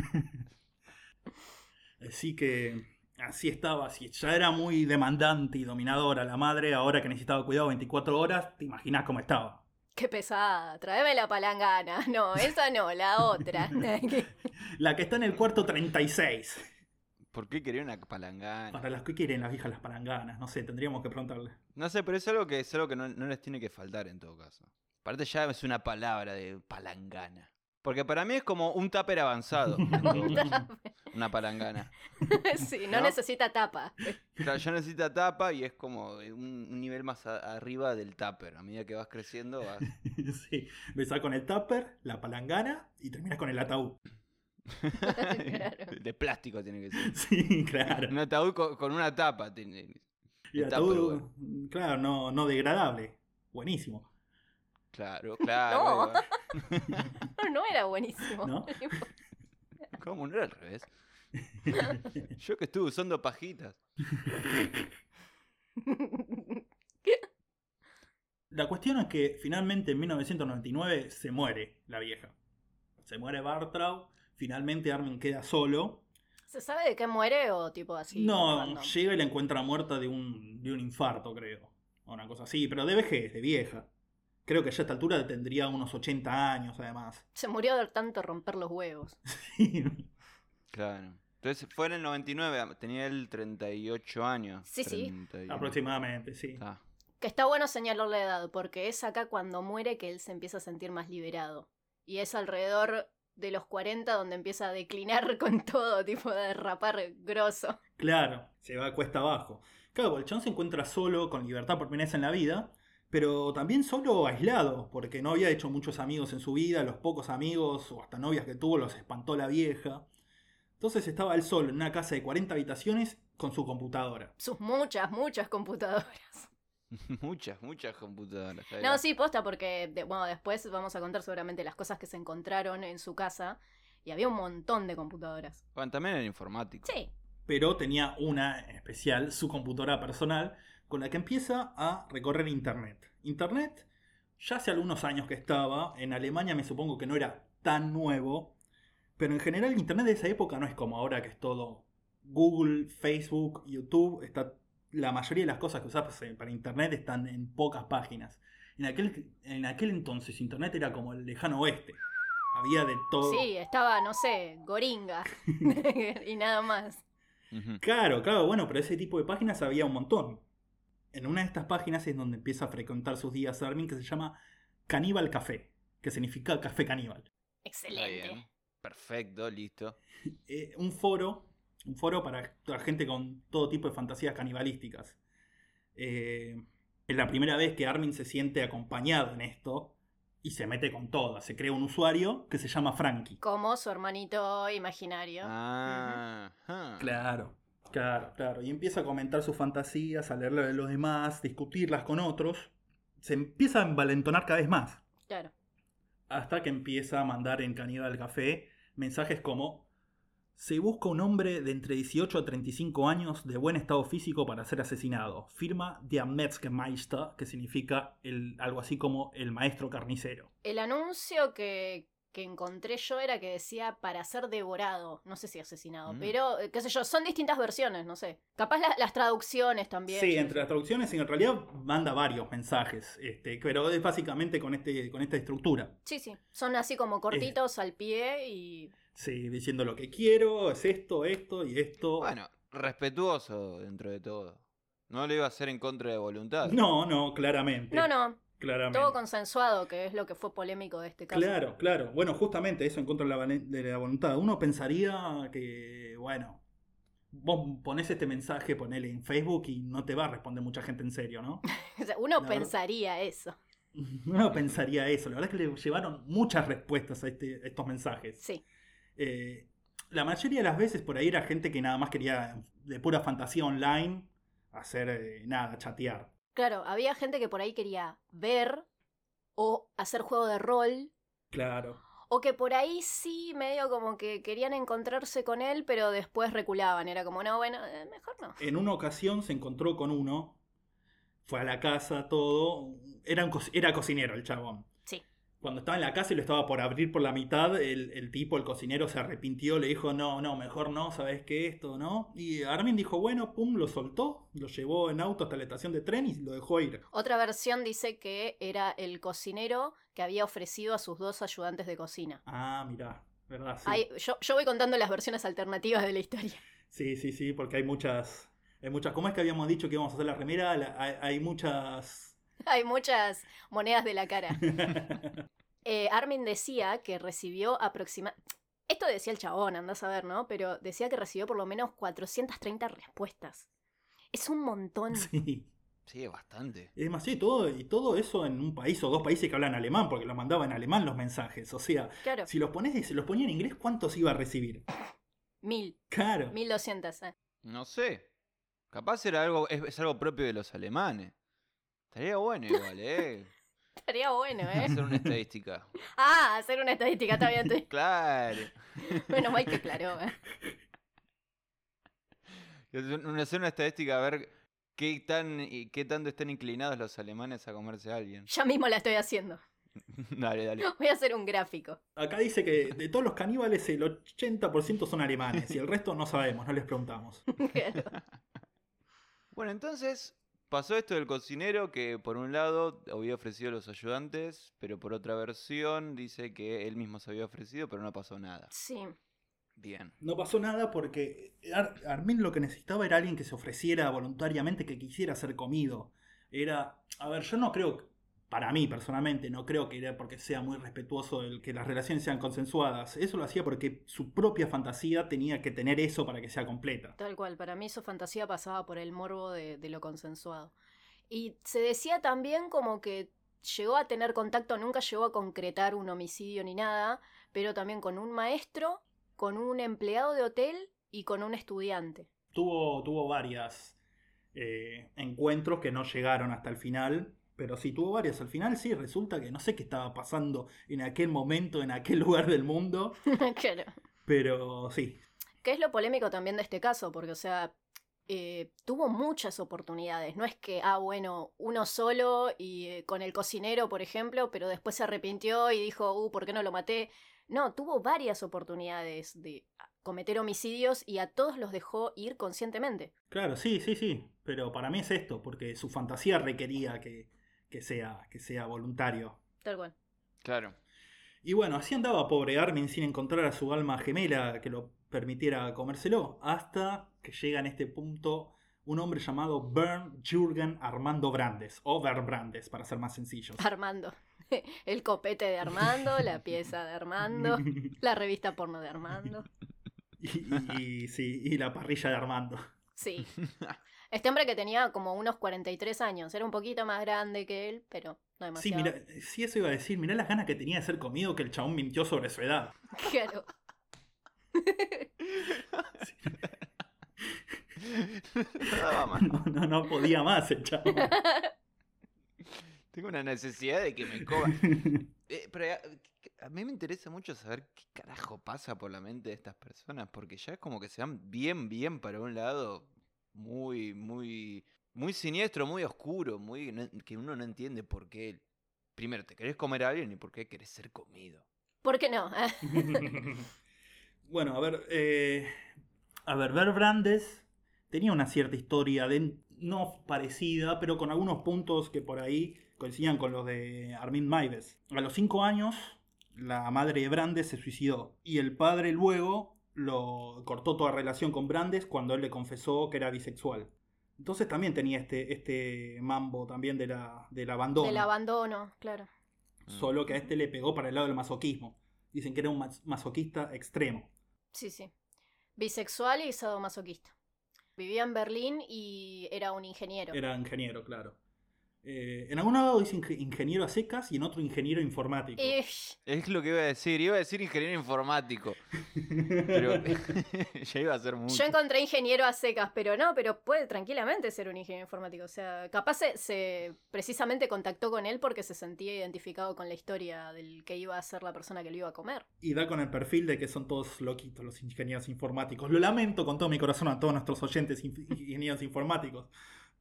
Speaker 2: Así que así estaba, así ya era muy demandante y dominadora la madre, ahora que necesitaba cuidado 24 horas, te imaginas cómo estaba.
Speaker 3: Qué pesada. Tráeme la palangana. No, esa no, la otra.
Speaker 2: La que está en el cuarto 36.
Speaker 4: ¿Por qué quería una palangana?
Speaker 2: Para las que quieren las viejas las paranganas, no sé, tendríamos que preguntarle.
Speaker 4: No sé, pero es algo que, es algo que no, no les tiene que faltar en todo caso. Aparte ya es una palabra de palangana. Porque para mí es como un tupper avanzado. una palangana.
Speaker 3: Sí, no,
Speaker 4: ¿No?
Speaker 3: necesita tapa.
Speaker 4: Claro, ya necesita tapa y es como un un nivel más a- arriba del tupper. A medida que vas creciendo, vas...
Speaker 2: Sí, empezás con el tupper, la palangana y terminas con el ataúd.
Speaker 3: Claro.
Speaker 4: de plástico tiene que ser.
Speaker 2: Sí, claro.
Speaker 4: Un ataúd con, con una tapa. tiene-
Speaker 2: Y
Speaker 4: el
Speaker 2: ataúd, claro, no, no degradable. Buenísimo.
Speaker 4: Claro,
Speaker 3: No.
Speaker 4: claro. claro.
Speaker 3: No, no era buenísimo.
Speaker 2: ¿No?
Speaker 4: ¿Cómo no era al revés? Yo que estuve usando pajitas.
Speaker 2: La cuestión es que finalmente en 1999 se muere la vieja. Se muere Bartrau, finalmente Armin queda solo.
Speaker 3: ¿Se sabe de qué muere o tipo así?
Speaker 2: no,
Speaker 3: random?
Speaker 2: llega y la encuentra muerta de un, de un infarto, creo. O una cosa así, pero de vejez, de vieja. Creo que ya a esta altura tendría unos 80 años además.
Speaker 3: Se murió de tanto romper los huevos.
Speaker 4: Claro. Entonces fue en el 99, tenía él 38 años.
Speaker 3: Sí, sí.
Speaker 4: 31.
Speaker 2: Aproximadamente, sí.
Speaker 4: Ah,
Speaker 3: Que está bueno señalar la edad, porque es acá cuando muere que él se empieza a sentir más liberado. Y es alrededor de los 40 donde empieza a declinar con todo, tipo de derrapar grosso.
Speaker 2: Claro, se va cuesta abajo. Claro, el chabón se encuentra solo, con libertad por primera vez en la vida, pero también solo aislado, porque no había hecho muchos amigos en su vida, los pocos amigos o hasta novias que tuvo los espantó la vieja. Entonces estaba él solo en una casa de 40 habitaciones con su computadora.
Speaker 3: Sus muchas, muchas computadoras.
Speaker 4: muchas, muchas computadoras. ahí
Speaker 3: No,
Speaker 4: va.
Speaker 3: sí, posta, porque de- bueno, después vamos a contar seguramente las cosas que se encontraron en su casa. Y había un montón de computadoras.
Speaker 4: Bueno, también era informático.
Speaker 3: Sí,
Speaker 2: Pero tenía una en especial, su computadora personal, con la que empieza a recorrer Internet. Internet, ya hace algunos años que estaba, en Alemania me supongo que no era tan nuevo, pero en general Internet de esa época no es como ahora que es todo Google, Facebook, YouTube, está, la mayoría de las cosas que usas para Internet están en pocas páginas. En aquel, en aquel entonces Internet era como el lejano oeste. Había de
Speaker 4: Oh.
Speaker 2: todo.
Speaker 3: sí, estaba, no sé, Goringa. y nada más.
Speaker 4: Ujú.
Speaker 2: Claro, claro, bueno, pero ese tipo de páginas había un montón. En una de estas páginas es donde empieza a frecuentar sus días Armin, que se llama Caníbal Café, que significa café caníbal.
Speaker 4: Está bien.
Speaker 3: Excelente.
Speaker 4: Perfecto, listo.
Speaker 2: Eh, un foro, un foro para la gente con todo tipo de fantasías canibalísticas. Eh, es la primera vez que Armin se siente acompañado en esto y se mete con todas. Se crea un usuario que se llama Frankie.
Speaker 3: Como su hermanito imaginario.
Speaker 4: Ah, ajá.
Speaker 2: Claro. Claro, claro. Y empieza a comentar sus fantasías, a leerle de los demás, discutirlas con otros. Se empieza a envalentonar cada vez más.
Speaker 3: Claro.
Speaker 2: Hasta que empieza a mandar en Caníbal Café mensajes como: Se busca un hombre de entre 18 a 35 años de buen estado físico para ser asesinado. Firma Der Metzgemeister, que significa el- algo así como el maestro carnicero.
Speaker 3: El anuncio que, que encontré yo era que decía para ser devorado. No sé si asesinado,
Speaker 4: Mm.
Speaker 3: pero eh, qué sé yo, son distintas versiones, no sé. Capaz la- las traducciones también.
Speaker 2: Sí, entre las traducciones en realidad manda varios mensajes, este, pero es básicamente con, este, con esta estructura.
Speaker 3: Sí, sí. Son así como
Speaker 2: Eh.
Speaker 3: cortitos al pie y.
Speaker 2: Sí, diciendo lo que quiero, es esto, esto y esto.
Speaker 4: Bueno, respetuoso dentro de todo. No lo iba a hacer en contra de voluntad.
Speaker 2: No, no, claramente.
Speaker 3: No, no,
Speaker 2: Claramente.
Speaker 3: todo consensuado, que es lo que fue polémico de este caso.
Speaker 2: Claro, claro. Bueno, justamente eso en contra de la, valen- de la voluntad. Uno pensaría que, bueno, vos ponés este mensaje, ponele en Facebook y no te va a responder mucha gente en serio, ¿no?
Speaker 3: O sea, uno
Speaker 2: La verdad.
Speaker 3: pensaría eso.
Speaker 2: Uno pensaría eso. La verdad es que le llevaron muchas respuestas a, este- a estos mensajes.
Speaker 3: Sí,
Speaker 2: Eh, la mayoría de las veces por ahí era gente que nada más quería de pura fantasía online hacer eh, nada, chatear.
Speaker 3: claro, había gente que por ahí quería ver o hacer juego de rol.
Speaker 2: Claro.
Speaker 3: O que por ahí sí, medio como que querían encontrarse con él, pero después reculaban. Era como, no, bueno, eh, mejor no.
Speaker 2: En una ocasión se encontró con uno, fue a la casa, todo. Era, un co- era cocinero el chabón.
Speaker 3: Sí.
Speaker 2: Cuando estaba en la casa y lo estaba por abrir por la mitad, el, el tipo, el cocinero, se arrepintió, le dijo, no, no, mejor no, ¿sabes qué? Esto, ¿no? Y Armin dijo, bueno, pum, lo soltó, lo llevó en auto hasta la estación de tren y lo dejó ir.
Speaker 3: Otra versión dice que era el cocinero que había ofrecido a sus dos ayudantes de cocina.
Speaker 2: Ah, mirá, ¿verdad? Sí,
Speaker 3: Ahí- yo, yo voy contando las versiones alternativas de la historia.
Speaker 2: sí, sí, sí, porque hay muchas... Hay muchas, ¿Cómo es que habíamos dicho que íbamos a hacer la remera? La- hay- hay muchas...
Speaker 3: Hay muchas monedas de la cara. Eh, Armin decía que recibió aproximadamente... Esto decía el chabón, andás a ver, ¿no? Pero decía que recibió por lo menos 430 respuestas. Es un montón.
Speaker 2: sí.
Speaker 4: Sí, bastante.
Speaker 2: Es más, sí, todo, y todo eso en un país o dos países que hablan alemán, porque los mandaba en alemán los mensajes. O sea,
Speaker 3: Claro,
Speaker 2: si los ponés, si los ponía en inglés, ¿cuántos iba a recibir?
Speaker 3: mil,
Speaker 2: Claro.
Speaker 3: mil doscientas. eh.
Speaker 4: No sé. Capaz era algo, es, es algo propio de los alemanes. Estaría bueno igual, ¿eh?
Speaker 3: Estaría bueno, ¿eh?
Speaker 4: Hacer una estadística.
Speaker 3: Ah, hacer una estadística, está bien. estoy-
Speaker 4: Claro.
Speaker 3: Menos mal que aclaró, ¿eh?
Speaker 4: Hacer una estadística a ver qué tan y qué tanto están inclinados los alemanes a comerse a alguien.
Speaker 3: Ya mismo la estoy haciendo.
Speaker 4: dale, dale.
Speaker 3: Voy a hacer un gráfico.
Speaker 2: Acá dice que de todos los caníbales, el 80% son alemanes y el resto no sabemos, no les preguntamos.
Speaker 3: Claro.
Speaker 4: Bueno, entonces pasó esto del cocinero que por un lado había ofrecido a los ayudantes, pero por otra versión dice que él mismo se había ofrecido, pero no pasó nada.
Speaker 3: Sí.
Speaker 4: Bien.
Speaker 2: No pasó nada porque Ar- Armin lo que necesitaba era alguien que se ofreciera voluntariamente, que quisiera ser comido. Era, a ver, yo no creo, para mí personalmente, no creo que era porque sea muy respetuoso el que las relaciones sean consensuadas. Eso lo hacía porque su propia fantasía tenía que tener eso para que sea completa.
Speaker 3: Tal cual, para mí su fantasía pasaba por el morbo de, de lo consensuado. Y se decía también como que llegó a tener contacto, nunca llegó a concretar un homicidio ni nada, pero también con un maestro, con un empleado de hotel y con un estudiante.
Speaker 2: Tuvo, tuvo varias eh, encuentros que no llegaron hasta el final. Pero sí, tuvo varias. Al final sí, resulta que no sé qué estaba pasando en aquel momento, en aquel lugar del mundo.
Speaker 3: claro.
Speaker 2: Pero sí,
Speaker 3: Que es lo polémico también de este caso, porque, o sea, eh, tuvo muchas oportunidades. No es que, ah, bueno, uno solo y eh, con el cocinero, por ejemplo, pero después se arrepintió y dijo, uh, ¿por qué no lo maté? No, tuvo varias oportunidades de cometer homicidios y a todos los dejó ir conscientemente.
Speaker 2: Claro, sí, sí, sí. Pero para mí es esto, porque su fantasía requería que, que sea, que sea voluntario.
Speaker 3: Tal cual.
Speaker 4: Claro.
Speaker 2: Y bueno, así andaba pobre Armin sin encontrar a su alma gemela que lo permitiera comérselo, hasta que llega en este punto un hombre llamado Bern Jürgen Armando Brandes, o Bern Brandes, para ser más sencillos.
Speaker 3: Armando. El copete de Armando, la pieza de Armando, la revista porno de Armando.
Speaker 2: y, y- y sí, y la parrilla de Armando.
Speaker 3: Sí. Este hombre que tenía como unos 43 años, era un poquito más grande que él, pero no
Speaker 2: Sí,
Speaker 3: demasiado.
Speaker 2: mira, sí, eso iba a decir, mirá las ganas que tenía de ser comido que el chabón mintió sobre su edad.
Speaker 3: Claro.
Speaker 4: No daba más.
Speaker 2: No, no, no podía más el chabón.
Speaker 4: Tengo una necesidad de que me coba. Eh, pero eh, a mí me interesa mucho saber qué carajo pasa por la mente de estas personas, porque ya es como que se van bien, bien para un lado muy, muy, muy siniestro, muy oscuro, muy no- que uno no entiende por qué. Primero, te querés comer a alguien y por qué querés ser comido.
Speaker 3: ¿Por qué no?
Speaker 2: bueno, a ver. eh, a ver, Ver Brandes tenía una cierta historia, de- no parecida, pero con algunos puntos que por ahí coincidían con los de Armin Maives. A los 5 años, la madre de Brandes se suicidó y el padre luego lo cortó toda relación con Brandes cuando él le confesó que era bisexual. Entonces también tenía este, este mambo también de la, del abandono.
Speaker 3: Del abandono, claro.
Speaker 4: Mm.
Speaker 2: Solo que a este le pegó para el lado del masoquismo. Dicen que era un mas- masoquista extremo.
Speaker 3: Sí, sí. Bisexual y sadomasoquista. Vivía en Berlín y era un ingeniero.
Speaker 2: Era ingeniero, claro. Eh, en algún lado dice inge- ingeniero a secas y en otro ingeniero informático.
Speaker 3: Ish.
Speaker 4: Es lo que iba a decir. Iba a decir ingeniero informático. Pero ya iba a ser mucho.
Speaker 3: Yo encontré ingeniero a secas, pero no, pero puede tranquilamente ser un ingeniero informático. O sea, capaz se, se- precisamente contactó con él porque se sentía identificado con la historia del que iba a ser la persona que lo iba a comer.
Speaker 2: Y da con el perfil de que son todos loquitos los ingenieros informáticos. Lo lamento con todo mi corazón a todos nuestros oyentes inf- ingenieros informáticos.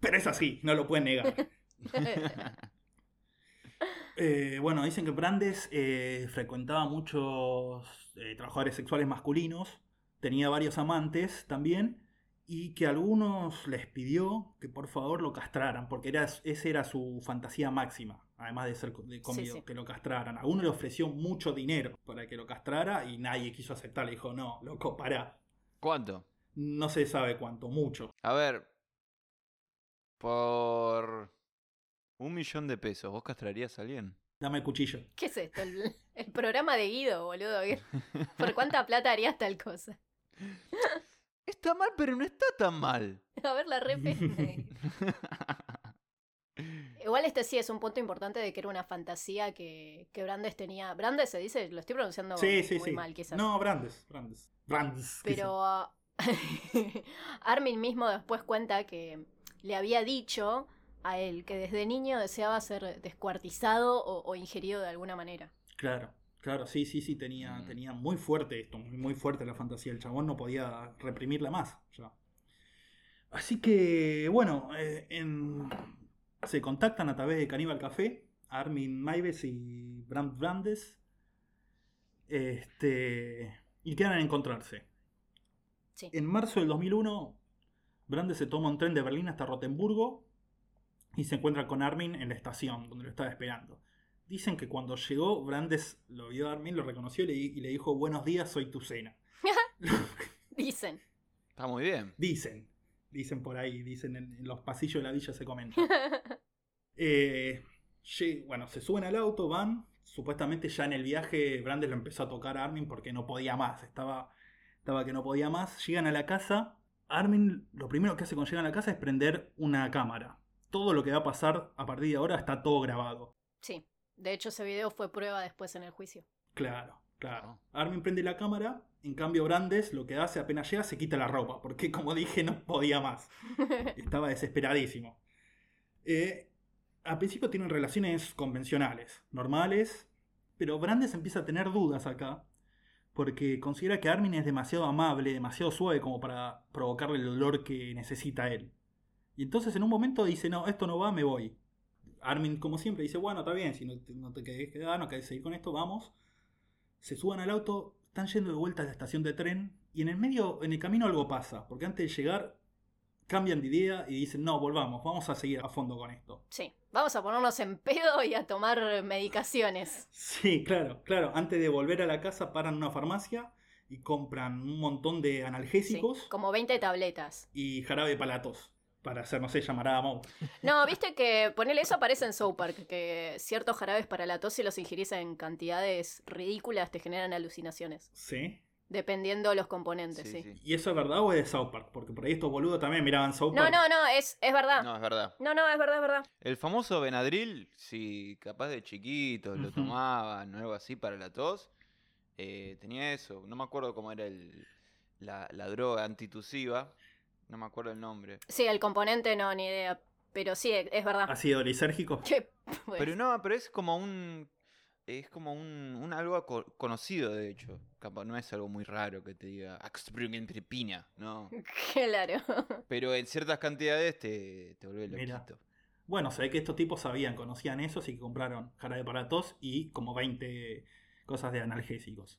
Speaker 2: Pero es así, no lo pueden negar. Eh, bueno, dicen que Brandes eh, frecuentaba muchos eh, trabajadores sexuales masculinos, tenía varios amantes también, y que a algunos les pidió que por favor lo castraran, porque era, esa era su fantasía máxima, además de ser co- de comido,
Speaker 3: sí.
Speaker 2: que lo castraran. A uno le ofreció mucho dinero para que lo castrara y nadie quiso aceptar, le dijo, no, loco, pará.
Speaker 4: ¿Cuánto?
Speaker 2: No se sabe cuánto, mucho.
Speaker 4: A ver. Por. Un millón de pesos. ¿Vos castrarías a alguien?
Speaker 2: Dame el cuchillo.
Speaker 3: ¿Qué es esto? El, el programa de Guido, boludo. ¿Por cuánta plata harías tal cosa?
Speaker 4: Está mal, pero no está tan mal.
Speaker 3: A ver la repente. Igual este sí es un punto importante de que era una fantasía que, que Brandes tenía. Brandes se dice, lo estoy pronunciando
Speaker 2: sí, sí,
Speaker 3: muy
Speaker 2: sí.
Speaker 3: mal quizás.
Speaker 2: No, Brandes, Brandes. Brandes. quizás.
Speaker 3: Pero ah, Armin mismo después cuenta que le había dicho a él que desde niño deseaba ser descuartizado o, o ingerido de alguna manera.
Speaker 2: Claro, claro, sí, sí, sí, tenía,
Speaker 4: Mm.
Speaker 2: tenía muy fuerte esto, muy, muy fuerte la fantasía. El chabón no podía reprimirla más ya. Así que, bueno, eh, en- se contactan a través de Caníbal Café, Armin Maives y Brand Brandes. Este, y quedan en encontrarse.
Speaker 3: Sí.
Speaker 2: En marzo del 2001, Brandes se toma un tren de Berlín hasta Rotemburgo y se encuentra con Armin en la estación donde lo estaba esperando. Dicen que cuando llegó, Brandes lo vio a Armin, lo reconoció y le, y le dijo: Buenos días, soy tu cena.
Speaker 3: Dicen.
Speaker 4: Está muy bien.
Speaker 2: Dicen, dicen por ahí, dicen en, en los pasillos de la villa se comenta. Eh, lle- bueno, se suben al auto, van. Supuestamente ya en el viaje Brandes lo empezó a tocar a Armin porque no podía más. Estaba, estaba que no podía más. Llegan a la casa. Armin lo primero que hace cuando llegan a la casa es prender una cámara. Todo lo que va a pasar a partir de ahora está todo grabado.
Speaker 3: Sí. De hecho, ese video fue prueba después en el juicio.
Speaker 2: Claro, claro. Armin prende la cámara. En cambio, Brandes lo que hace apenas llega se quita la ropa. Porque como dije, no podía más. Estaba desesperadísimo. Eh, al principio tienen relaciones convencionales, normales, pero Brandes empieza a tener dudas acá, porque considera que Armin es demasiado amable, demasiado suave como para provocarle el dolor que necesita él. Y entonces en un momento dice, no, esto no va, me voy. Armin, como siempre, dice, bueno, está bien, si no te, no te querés quedar, no querés seguir con esto, vamos. Se suban al auto, están yendo de vuelta a la estación de tren, y en el medio, en el camino algo pasa, porque antes de llegar cambian de idea y dicen, no, volvamos, vamos a seguir a fondo con esto.
Speaker 3: Sí. Vamos a ponernos en pedo y a tomar medicaciones.
Speaker 2: Sí, claro, claro. Antes de volver a la casa paran en una farmacia y compran un montón de
Speaker 3: Sí,
Speaker 2: analgésicos
Speaker 3: Como 20 tabletas.
Speaker 2: y jarabe palatos para hacer, no sé, llamar a Mau.
Speaker 3: No, viste que ponele eso aparece en South Park, que ciertos jarabes para la tos si los ingirís en cantidades ridículas te generan alucinaciones,
Speaker 2: ¿Sí?
Speaker 3: dependiendo los componentes, sí.
Speaker 4: Sí, sí.
Speaker 2: ¿Y eso es verdad o es de South Park? Porque por ahí estos boludos también miraban South
Speaker 3: No,
Speaker 2: Park.
Speaker 3: no, no, es, es verdad. No.
Speaker 4: No, es verdad.
Speaker 3: no, es verdad, es verdad.
Speaker 4: El famoso Benadryl, si capaz de chiquito lo
Speaker 2: Ujú.
Speaker 4: tomaban o algo así para la tos, eh, tenía eso. No me acuerdo cómo era el, la, la droga antitusiva. No me acuerdo el nombre.
Speaker 3: Sí, el componente no, ni idea. Pero sí, es es verdad.
Speaker 2: ¿Ácido lisérgico?
Speaker 3: Qué- pues,
Speaker 4: Pero no, pero es como un. Es como un, un algo co- conocido, de hecho. Capaz, no es algo muy raro que te diga Axpringentrepina, no.
Speaker 3: Claro.
Speaker 4: Pero en ciertas cantidades te, te vuelve
Speaker 2: Mira.
Speaker 4: loquito.
Speaker 2: Bueno, se ve que estos tipos sabían, conocían eso, así que compraron jarabe para tos y como 20 cosas de analgésicos.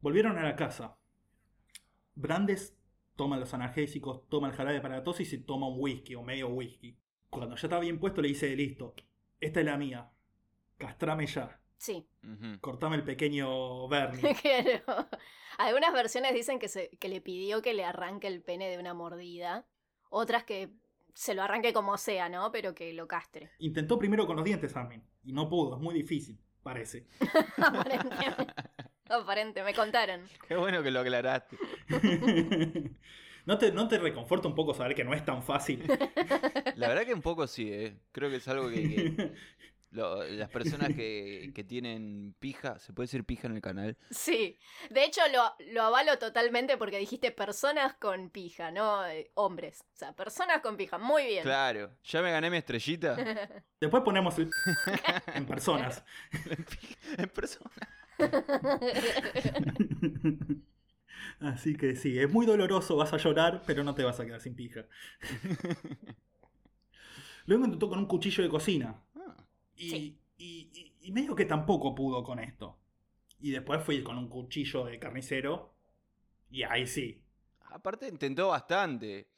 Speaker 2: Volvieron a la casa. Brandes toma los analgésicos, toma el jarabe para tos y se toma un whisky o medio whisky. Cuando ya está bien puesto le dice, listo, esta es la mía. Castrame ya.
Speaker 3: Sí,
Speaker 4: Ujú.
Speaker 2: Cortame el pequeño Bernie.
Speaker 3: claro. Algunas versiones dicen que, se, que le pidió que le arranque el pene de una mordida. Otras que se lo arranque como sea, ¿no? Pero que lo castre.
Speaker 2: Intentó primero con los dientes, Armin, y no pudo, es muy difícil, parece.
Speaker 3: Aparentemente. Aparente, me contaron.
Speaker 4: Qué bueno que lo aclaraste.
Speaker 2: ¿No te, ¿No te reconforta un poco saber que no es tan fácil?
Speaker 4: La verdad que un poco sí, ¿eh? Creo que es algo que... que lo- las personas que, que tienen pija, ¿se puede decir pija en el canal?
Speaker 3: Sí. De hecho, lo, lo avalo totalmente porque dijiste personas con pija, no eh, hombres. O sea, personas con pija. Muy bien.
Speaker 4: Claro. ¿Ya me gané mi estrellita?
Speaker 2: Después ponemos el en personas.
Speaker 4: en persona.
Speaker 2: Así que sí, es muy doloroso, vas a llorar, pero no te vas a quedar sin pija. Luego intentó con un cuchillo de cocina.
Speaker 4: Ah,
Speaker 2: Y,
Speaker 3: Sí.
Speaker 2: y- y- y medio que tampoco pudo con esto. Y después fui con un cuchillo de carnicero. Y ahí sí.
Speaker 4: Aparte intentó bastante.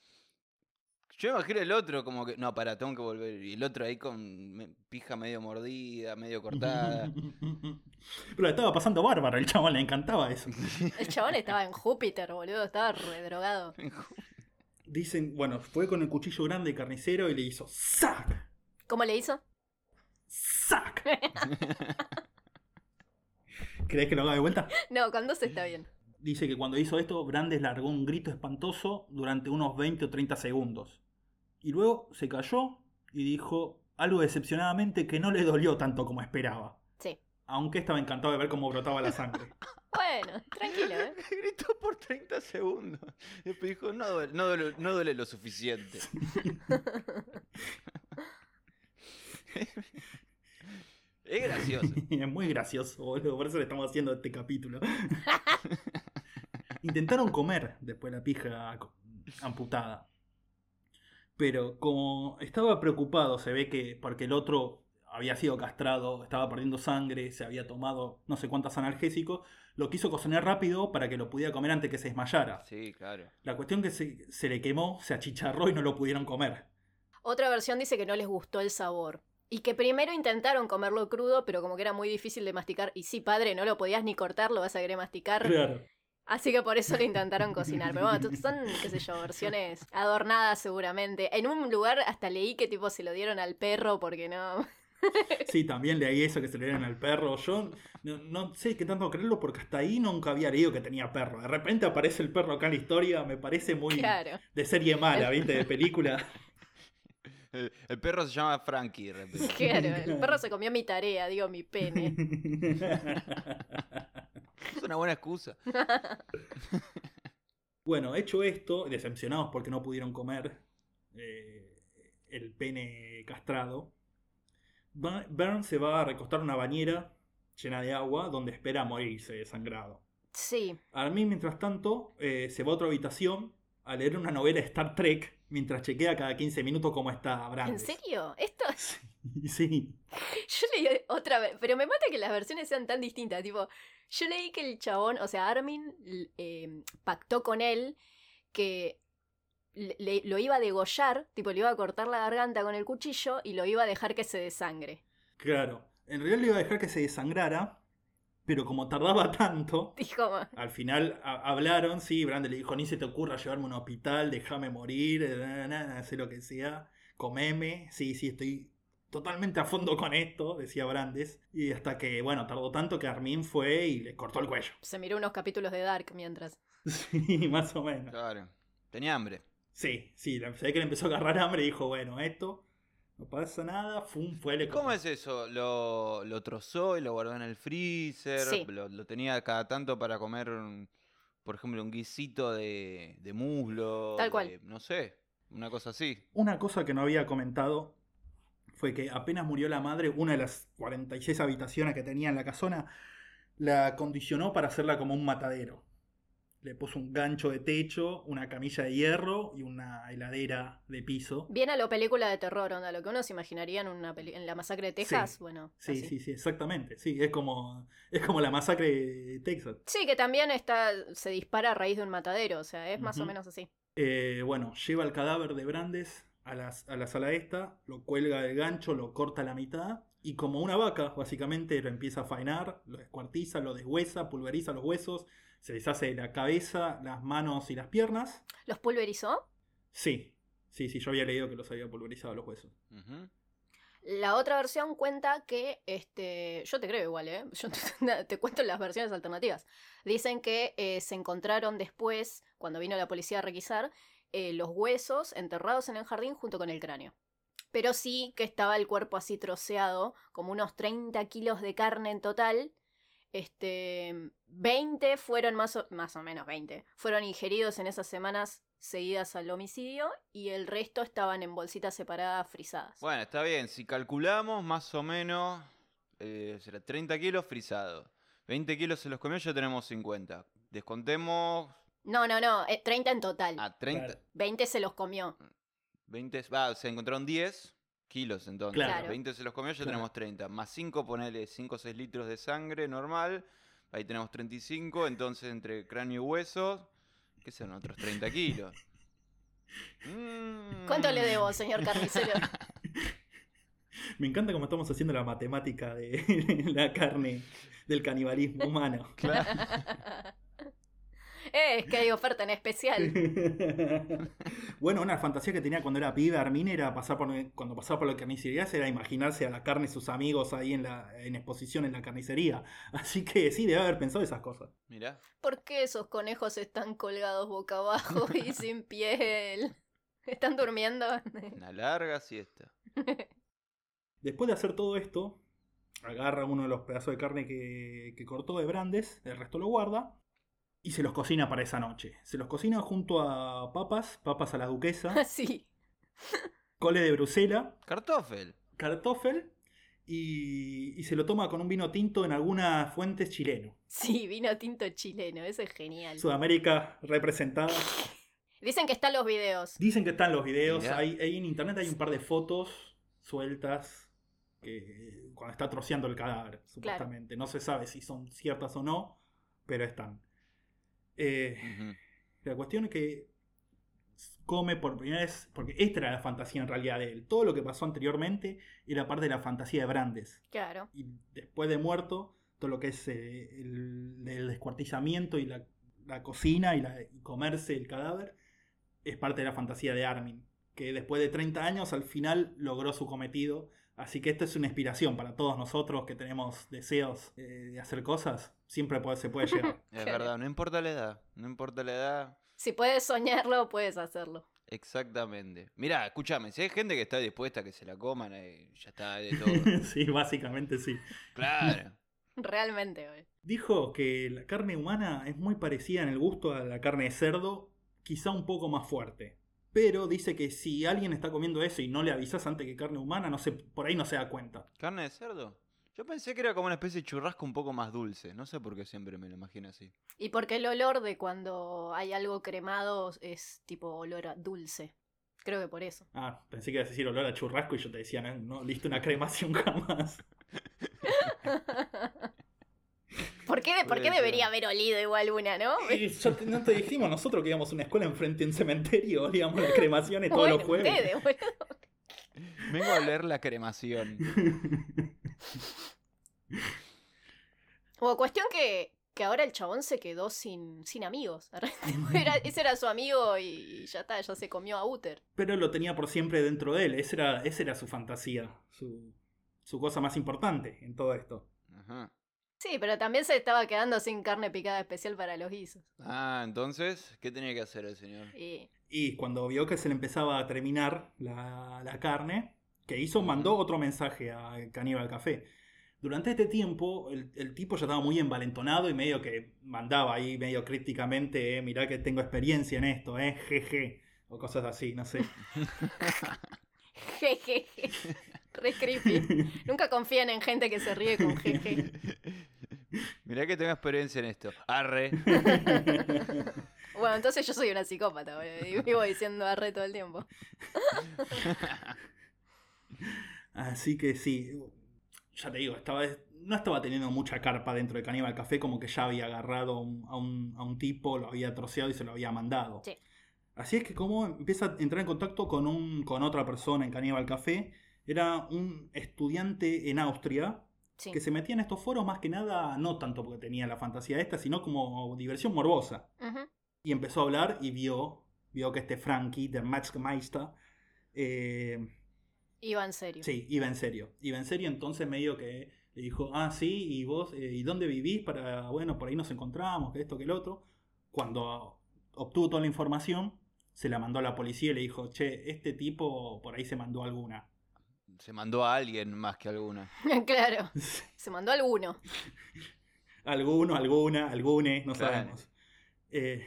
Speaker 4: Yo imagino el otro como que, no, para, tengo que volver. Y el otro ahí con me- pija medio mordida, medio cortada.
Speaker 2: Pero la estaba pasando bárbara, el chaval le encantaba eso.
Speaker 3: El chabón estaba en Júpiter, boludo. Estaba redrogado.
Speaker 2: Dicen, bueno, fue con el cuchillo grande de carnicero y le hizo ¡Sac!
Speaker 3: ¿Cómo le hizo?
Speaker 2: ¡Sac! ¿Crees que lo haga de vuelta?
Speaker 3: No, con dos está bien.
Speaker 2: Dice que cuando hizo esto, Brandes largó un grito espantoso durante unos 20 o 30 segundos. Y luego se cayó y dijo algo decepcionadamente que no le dolió tanto como esperaba.
Speaker 3: Sí.
Speaker 2: Aunque estaba encantado de ver cómo brotaba la sangre.
Speaker 3: Bueno, tranquilo, ¿eh?
Speaker 4: Gritó por 30 segundos. Después dijo, no duele, no duele, no duele lo suficiente. es gracioso.
Speaker 2: es muy gracioso, boludo. Por eso le estamos haciendo este capítulo. Intentaron comer después la pija co- amputada. Pero como estaba preocupado, se ve que porque el otro había sido castrado, estaba perdiendo sangre, se había tomado no sé cuántas analgésicos, lo quiso cocinar rápido para que lo pudiera comer antes que se desmayara.
Speaker 4: Sí, claro.
Speaker 2: La cuestión que se, se le quemó, se achicharró y no lo pudieron comer.
Speaker 3: Otra versión dice que no les gustó el sabor. Y que primero intentaron comerlo crudo, pero como que era muy difícil de masticar. Y sí, padre, no lo podías ni cortar, lo vas a querer masticar.
Speaker 2: Claro.
Speaker 3: Así que por eso lo intentaron cocinar. Pero bueno, tú- son, qué sé yo, versiones adornadas seguramente. En un lugar hasta leí que tipo se lo dieron al perro porque no.
Speaker 2: Sí, también leí eso que se le dieron al perro. Yo no, no sé qué tanto creerlo porque hasta ahí nunca había leído que tenía perro. De repente aparece el perro acá en la historia, me parece muy
Speaker 3: Claro.
Speaker 2: de serie mala, ¿viste? De película.
Speaker 4: El, el perro se llama Frankie. de repente.
Speaker 3: Claro. El perro se comió mi tarea, digo, mi pene.
Speaker 4: Es una buena excusa.
Speaker 2: bueno, hecho esto, decepcionados porque no pudieron comer eh, el pene castrado, Ba- Bern se va a recostar en una bañera llena de agua donde espera morirse desangrado.
Speaker 3: Sí.
Speaker 2: Armin, mientras tanto, eh, se va a otra habitación a leer una novela de Star Trek mientras chequea cada 15 minutos cómo está
Speaker 3: ¿En
Speaker 2: Brandes.
Speaker 3: serio? Esto.
Speaker 2: Sí, sí.
Speaker 3: Yo leí otra vez. Pero me mata que las versiones sean tan distintas. Tipo, yo leí que el chabón, o sea, Armin l- eh, pactó con él que le- le- lo iba a degollar, tipo, le iba a cortar la garganta con el cuchillo y lo iba a dejar que se desangre.
Speaker 2: Claro. En realidad le iba a dejar que se desangrara, pero como tardaba tanto,
Speaker 3: Dijo,
Speaker 2: al final a- hablaron, sí, Brandes le dijo, ni se te ocurra llevarme a un hospital, déjame morir, eh, na, na, na, sé lo que sea, comeme, sí, sí, estoy totalmente a fondo con esto, decía Brandes. Y hasta que, bueno, tardó tanto que Armin fue y le cortó el cuello.
Speaker 3: se miró unos capítulos de Dark mientras.
Speaker 2: Sí, más o menos.
Speaker 4: Claro. Tenía hambre.
Speaker 2: Sí, sí, la- se ve que le empezó a agarrar hambre y dijo, bueno, esto no pasa nada, fum, fue le
Speaker 4: ¿Cómo es eso? ¿Lo, lo trozó y lo guardó en el freezer?
Speaker 3: Sí.
Speaker 4: Lo, lo tenía cada tanto para comer, un- por ejemplo, un guisito de, de muslo?
Speaker 3: Tal cual.
Speaker 4: de- no sé, una cosa así.
Speaker 2: Una cosa que no había comentado fue que apenas murió la madre, una de las 46 habitaciones que tenía en la casona, la condicionó para hacerla como un matadero. Le puso un gancho de techo, una camilla de hierro y una heladera de piso.
Speaker 4: ¿Ah,
Speaker 3: Bien a lo película de terror, onda, lo que uno se imaginaría en, una peli- en la masacre de Texas,
Speaker 2: Sí.
Speaker 3: bueno.
Speaker 2: Sí,
Speaker 3: así.
Speaker 2: sí, sí, exactamente. Sí, es como, es como la masacre de Texas.
Speaker 3: Sí, que también está, se dispara a raíz de un matadero, o sea, es más o
Speaker 2: Ujú.
Speaker 3: menos así.
Speaker 2: Eh, bueno, lleva el cadáver de Brandes a la, a la sala esta, lo cuelga del gancho, lo corta a la mitad y como una vaca, básicamente lo empieza a faenar, lo descuartiza, lo deshuesa, pulveriza los huesos, se deshace de la cabeza, las manos y las piernas.
Speaker 3: ¿Los pulverizó?
Speaker 2: Sí, Sí, sí, yo había leído que los había pulverizado los huesos.
Speaker 4: Ujú.
Speaker 3: La otra versión cuenta que, este, yo te creo igual, ¿eh? Yo te, te cuento las versiones alternativas. Dicen que eh, se encontraron después, cuando vino la policía a requisar, eh, los huesos enterrados en el jardín junto con el cráneo. Pero sí que estaba el cuerpo así troceado, como unos 30 kilos de carne en total. Este, 20 fueron más o, más o menos 20, fueron ingeridos en esas semanas seguidas al homicidio y el resto estaban en bolsitas separadas frisadas.
Speaker 4: Bueno, está bien. Si calculamos más o menos, eh, será 30 kilos frisado. 20 kilos se los comió, ya tenemos 50. Descontemos ah,
Speaker 3: No, no, no, eh, 30 en total.
Speaker 4: a 30.
Speaker 2: Claro.
Speaker 3: 20 se los comió.
Speaker 4: 20, ah, se encontraron 10 kilos entonces.
Speaker 2: Claro.
Speaker 4: 20 se los comió, ya
Speaker 2: Claro.
Speaker 4: tenemos 30. Más 5, ponele 5 o 6 litros de sangre normal. Ahí tenemos 35. Entonces, entre cráneo y huesos, ¿qué son otros 30 kilos? Mm.
Speaker 3: ¿Cuánto le debo, señor carnicero?
Speaker 2: Me encanta cómo estamos haciendo la matemática de la carne del canibalismo humano.
Speaker 4: Mm, Claro.
Speaker 3: Eh, es que hay oferta en especial.
Speaker 2: bueno, una fantasía que tenía cuando era pibe, Armin, era pasar por, cuando pasaba por la carnicería, era imaginarse a la carne y sus amigos ahí en la en exposición en la carnicería. Así que sí, debe haber pensado esas cosas.
Speaker 4: Mirá.
Speaker 3: ¿Por qué esos conejos están colgados boca abajo y sin piel? ¿Están durmiendo?
Speaker 4: Una larga siesta.
Speaker 2: Después de hacer todo esto, agarra uno de los pedazos de carne que, que cortó de Brandes, el resto lo guarda y se los cocina para esa noche. Se los cocina junto a papas, papas a la duquesa,
Speaker 3: Así.
Speaker 2: cole de Bruselas,
Speaker 4: Cartofel.
Speaker 2: cartófel y, y se lo toma con un vino tinto en algunas fuentes chileno.
Speaker 3: Sí, vino tinto chileno, eso es genial.
Speaker 2: Sudamérica representada.
Speaker 3: Dicen que están los videos.
Speaker 2: Dicen que están los videos,
Speaker 4: Mirá.
Speaker 2: hay, hay en internet hay un par de fotos sueltas que, cuando está troceando el cadáver, supuestamente. No se sabe si son ciertas o no, pero están. Eh,
Speaker 4: Ujú.
Speaker 2: la cuestión es que come por primera vez, porque esta era la fantasía en realidad de él. Todo lo que pasó anteriormente era parte de la fantasía de Brandes.
Speaker 3: Claro.
Speaker 2: y después de muerto, todo lo que es eh, el, el descuartizamiento y la, la cocina y, la- y comerse el cadáver, es parte de la fantasía de Armin, que después de 30 años al final logró su cometido. Así que esto es una inspiración para todos nosotros que tenemos deseos eh, de hacer cosas, siempre puede- se puede llegar.
Speaker 4: Es
Speaker 3: Claro.
Speaker 4: verdad, no importa la edad. No importa la edad.
Speaker 3: Si puedes soñarlo, puedes hacerlo.
Speaker 4: Exactamente. Mirá, escúchame, si hay gente que está dispuesta a que se la coman, eh, ya está de todo.
Speaker 2: sí, básicamente sí.
Speaker 4: claro.
Speaker 3: Realmente, eh. güey.
Speaker 2: Dijo que la carne humana es muy parecida en el gusto a la carne de cerdo, quizá un poco más fuerte. Pero dice que si alguien está comiendo eso y no le avisas antes que carne humana, no se, por ahí no se da cuenta.
Speaker 4: ¿Carne de cerdo? Yo pensé que era como una especie de churrasco un poco más dulce. No sé por qué siempre me lo imagino así.
Speaker 3: Y porque el olor de cuando hay algo cremado es tipo olor a dulce. Creo que por eso.
Speaker 2: Ah, pensé que ibas a decir olor a churrasco y yo te decía, no, no listo una cremación jamás.
Speaker 3: ¿Por qué, por
Speaker 4: Puede
Speaker 3: qué
Speaker 4: ser.
Speaker 3: debería haber olido igual una, no?
Speaker 2: Y yo te- no te dijimos nosotros que íbamos a una escuela enfrente de un cementerio, olíamos las cremaciones todos
Speaker 3: Bueno,
Speaker 2: los jueves.
Speaker 3: ustedes, boludo.
Speaker 4: Vengo a oler la cremación.
Speaker 3: O cuestión que, que ahora el chabón se quedó sin, sin amigos. Era- ese era su amigo y ya está, ya se comió a Uther.
Speaker 2: Pero lo tenía por siempre dentro de él. Esa era, esa era su fantasía, su, su cosa más importante en todo esto.
Speaker 4: Ajá.
Speaker 3: Sí, pero también se estaba quedando sin carne picada especial para los guisos.
Speaker 4: Ah, entonces, ¿qué tenía que hacer el señor?
Speaker 3: Y
Speaker 2: Y cuando vio que se le empezaba a terminar la, la carne, que hizo,
Speaker 4: Ujú.
Speaker 2: mandó otro mensaje a Caníbal Café. Durante este tiempo, el, el tipo ya estaba muy envalentonado y medio que mandaba ahí, medio críticamente, eh, mirá que tengo experiencia en esto, eh, jeje, o cosas así, no sé.
Speaker 3: jejeje. Re creepy. Nunca confíen en gente que se ríe con jeje.
Speaker 4: Mirá que tengo experiencia en esto. Arre.
Speaker 3: Bueno, entonces yo soy una psicópata, boludo, y vivo diciendo arre todo el tiempo.
Speaker 2: Así que sí, ya te digo, estaba, no estaba teniendo mucha carpa dentro de Caníbal Café, como que ya había agarrado a un, a un- a un tipo, lo había troceado y se lo había mandado.
Speaker 3: Sí.
Speaker 2: Así es que como empieza a entrar en contacto con, un, con otra persona en Caníbal Café, era un estudiante en Austria
Speaker 3: Sí.
Speaker 2: que se metía en estos foros más que nada, no tanto porque tenía la fantasía esta, sino como diversión morbosa.
Speaker 3: Ujú.
Speaker 2: Y empezó a hablar y vio, vio que este Frankie de Max Meister Eh,
Speaker 3: Iba en serio.
Speaker 2: sí, iba en serio. Iba en serio, entonces medio que le dijo, ah, sí, y vos, eh, ¿y dónde vivís? Para, bueno, por ahí nos encontramos, que esto, que el otro. Cuando obtuvo toda la información, se la mandó a la policía y le dijo, che, este tipo por ahí se mandó alguna.
Speaker 4: Se mandó a alguien más que alguna.
Speaker 3: claro. Se mandó alguno.
Speaker 2: Alguno, alguna, algunes, no
Speaker 4: Claro.
Speaker 2: sabemos. Eh,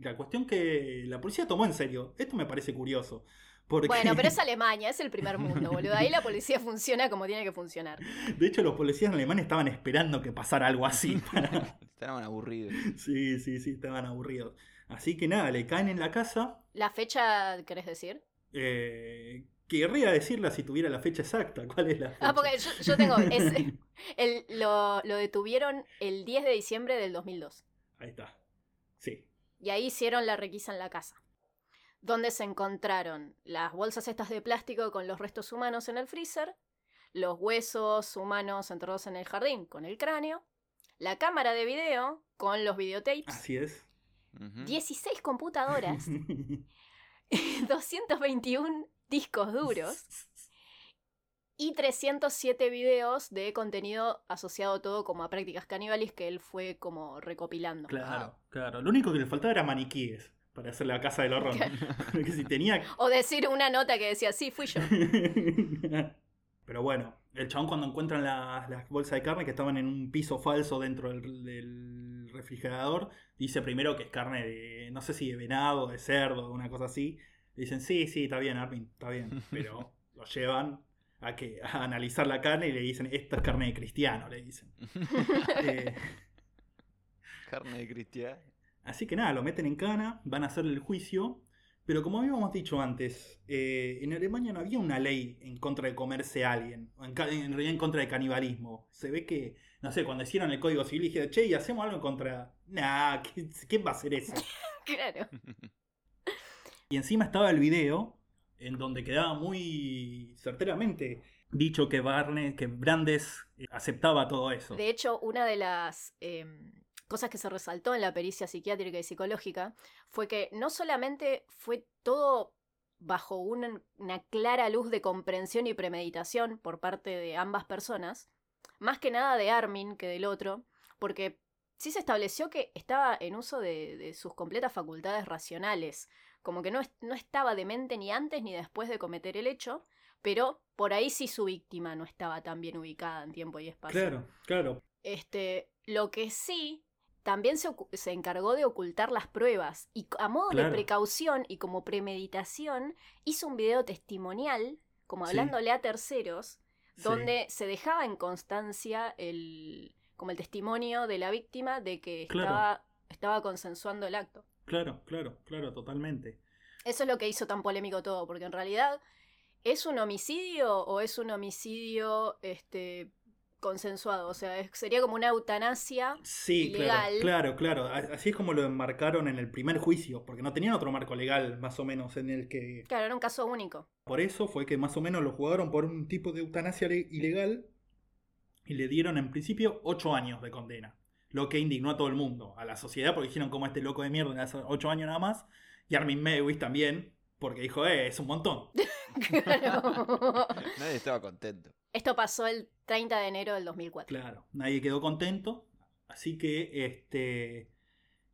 Speaker 2: la cuestión que la policía tomó en serio. Esto me parece curioso. Porque,
Speaker 3: Bueno, pero es Alemania, es el primer mundo, boludo. Ahí la policía funciona como tiene que funcionar.
Speaker 2: De hecho, los policías alemanes estaban esperando que pasara algo así. para-
Speaker 4: Estaban aburridos.
Speaker 2: Sí, sí, sí, estaban aburridos. Así que nada, le caen en la casa.
Speaker 3: ¿La fecha querés decir?
Speaker 2: Eh, querría decirla si tuviera la fecha exacta. ¿Cuál es la fecha?
Speaker 3: Ah, porque yo, yo tengo. es- el- lo, lo detuvieron el 10 de diciembre del 2002.
Speaker 2: Ahí está. Sí.
Speaker 3: Y ahí hicieron la requisa en la casa. Donde se encontraron las bolsas estas de plástico con los restos humanos en el freezer, los huesos humanos enterrados en el jardín con el cráneo, la cámara de video con los videotapes,
Speaker 2: Así es.
Speaker 4: Ujú.
Speaker 3: 16 computadoras, 221 discos duros y 307 videos de contenido asociado todo como a prácticas caníbales que él fue como recopilando.
Speaker 2: Claro, claro. Lo único que le faltaba era maniquíes para hacer la casa del horror. Porque si tenía
Speaker 3: O decir una nota que decía, sí, fui yo.
Speaker 2: Pero bueno, el chabón cuando encuentran las, las bolsas de carne que estaban en un piso falso dentro del, del refrigerador, dice primero que es carne de, no sé si de venado, de cerdo, una cosa así. Le dicen, sí, sí, está bien, Armin, está bien. Pero lo llevan a, que, a analizar la carne y le dicen, esta es carne de cristiano, le dicen. Eh,
Speaker 4: Carne de cristiano.
Speaker 2: Así que nada, lo meten en cana, van a hacer el juicio. Pero como habíamos dicho antes, eh, en Alemania no había una ley en contra de comerse a alguien, o en, ca- en realidad en contra de canibalismo. Se ve que, no sé, cuando hicieron el código civil dijeron, che, y hacemos algo en contra. Nah, ¿qui- ¿quién va a hacer eso?
Speaker 3: Claro.
Speaker 2: Y encima estaba el video en donde quedaba muy certeramente dicho que Barnes, que Brandes eh, aceptaba todo eso.
Speaker 3: De hecho, una de las eh, cosas que se resaltó en la pericia psiquiátrica y psicológica fue que no solamente fue todo bajo una, una clara luz de comprensión y premeditación por parte de ambas personas, más que nada de Armin que del otro, porque sí se estableció que estaba en uso de, de sus completas facultades racionales, como que no, es- no estaba demente ni antes ni después de cometer el hecho, pero por ahí sí su víctima no estaba tan bien ubicada en tiempo y espacio.
Speaker 2: Claro, claro.
Speaker 3: Este, lo que sí, también se, ocu- se encargó de ocultar las pruebas y c- a modo de
Speaker 2: Claro.
Speaker 3: precaución y como premeditación, hizo un video testimonial, como
Speaker 2: Sí.
Speaker 3: hablándole a terceros,
Speaker 2: sí.
Speaker 3: donde se dejaba en constancia el, como el testimonio de la víctima de que
Speaker 2: Claro.
Speaker 3: estaba, estaba consensuando el acto.
Speaker 2: Claro, claro, claro, totalmente.
Speaker 3: Eso es lo que hizo tan polémico todo, porque en realidad, ¿es un homicidio o es un homicidio este, consensuado? O sea, es- sería como una eutanasia.
Speaker 2: Sí, claro,
Speaker 3: ilegal.
Speaker 2: claro, claro. A- Así es como lo enmarcaron en el primer juicio, porque no tenían otro marco legal, más o menos, en el que.
Speaker 3: Claro, era un caso único.
Speaker 2: Por eso fue que más o menos lo jugaron por un tipo de eutanasia le- ilegal y le dieron en principio ocho años de condena. Lo que indignó a todo el mundo, a la sociedad, porque dijeron como este loco de mierda le hace ocho años nada más, y Armin Mewis también, porque dijo, eh, es un montón.
Speaker 3: Claro.
Speaker 4: Nadie estaba contento.
Speaker 3: Esto pasó el 30 de enero del 2004.
Speaker 2: Claro, nadie quedó contento, así que este,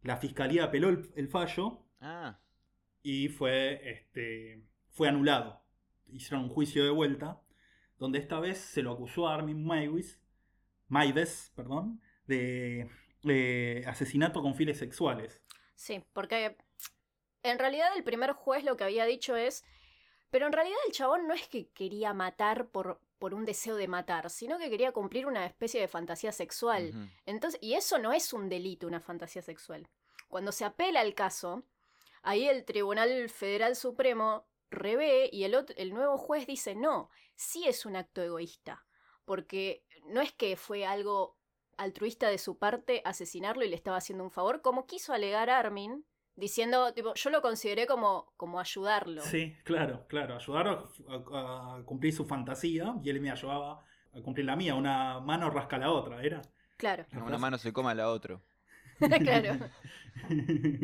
Speaker 2: la fiscalía apeló el- el fallo
Speaker 4: Ah,
Speaker 2: y fue, este, fue anulado. Hicieron un juicio de vuelta, donde esta vez se lo acusó a Armin Maivis, Maides, perdón, de, de asesinato con fines sexuales.
Speaker 3: Sí, porque en realidad el primer juez lo que había dicho es, pero en realidad el chabón no es que quería matar por, por un deseo de matar, sino que quería cumplir una especie de fantasía sexual.
Speaker 4: ujú.
Speaker 3: Entonces, y eso no es un delito, una fantasía sexual. Cuando se apela el caso, ahí el Tribunal Federal Supremo revé y el, ot- el nuevo juez dice, no, sí es un acto egoísta, porque no es que fue algo altruista de su parte asesinarlo y le estaba haciendo un favor, como quiso alegar Armin, diciendo, tipo, yo lo consideré como, como ayudarlo.
Speaker 2: Sí, claro, claro, ayudaron a, a cumplir su fantasía y él me ayudaba a cumplir la mía. Una mano rasca la otra, ¿era?
Speaker 3: Claro,
Speaker 4: No, una mano se coma a la otra.
Speaker 3: claro.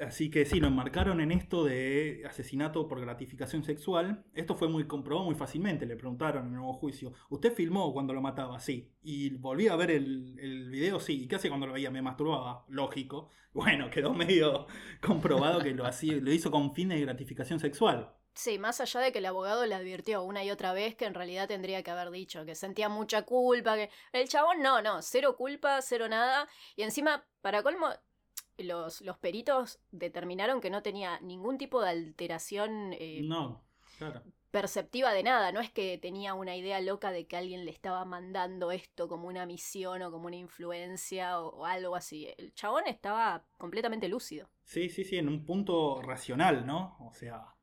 Speaker 2: Así que sí, lo enmarcaron en esto de asesinato por gratificación sexual. Esto fue muy comprobado muy fácilmente. Le preguntaron en el nuevo juicio: ¿Usted filmó cuando lo mataba? Sí. ¿Y volví a ver el, el video? Sí. ¿Y qué hace cuando lo veía? Me masturbaba. Lógico. Bueno, quedó medio comprobado que lo, hacía, lo hizo con fin de gratificación sexual.
Speaker 3: Sí, más allá de que el abogado le advirtió una y otra vez que en realidad tendría que haber dicho que sentía mucha culpa, que el chabón no, no, cero culpa, cero nada. Y encima, para colmo, los, los peritos determinaron que no tenía ningún tipo de alteración eh,
Speaker 2: No, claro.
Speaker 3: perceptiva de nada. No es que tenía una idea loca de que alguien le estaba mandando esto como una misión o como una influencia o, o algo así. El chabón estaba completamente lúcido.
Speaker 2: Sí, sí, sí, en un punto racional, ¿no? O sea,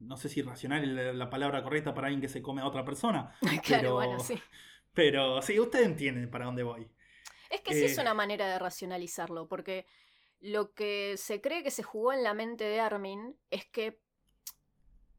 Speaker 2: no sé si racional es la- la palabra correcta para alguien que se come a otra persona.
Speaker 3: claro,
Speaker 2: pero,
Speaker 3: bueno, sí.
Speaker 2: Pero sí, ustedes entienden para dónde voy.
Speaker 3: Es que sí es
Speaker 2: Eh,
Speaker 3: una manera de racionalizarlo, porque lo que se cree que se jugó en la mente de Armin es que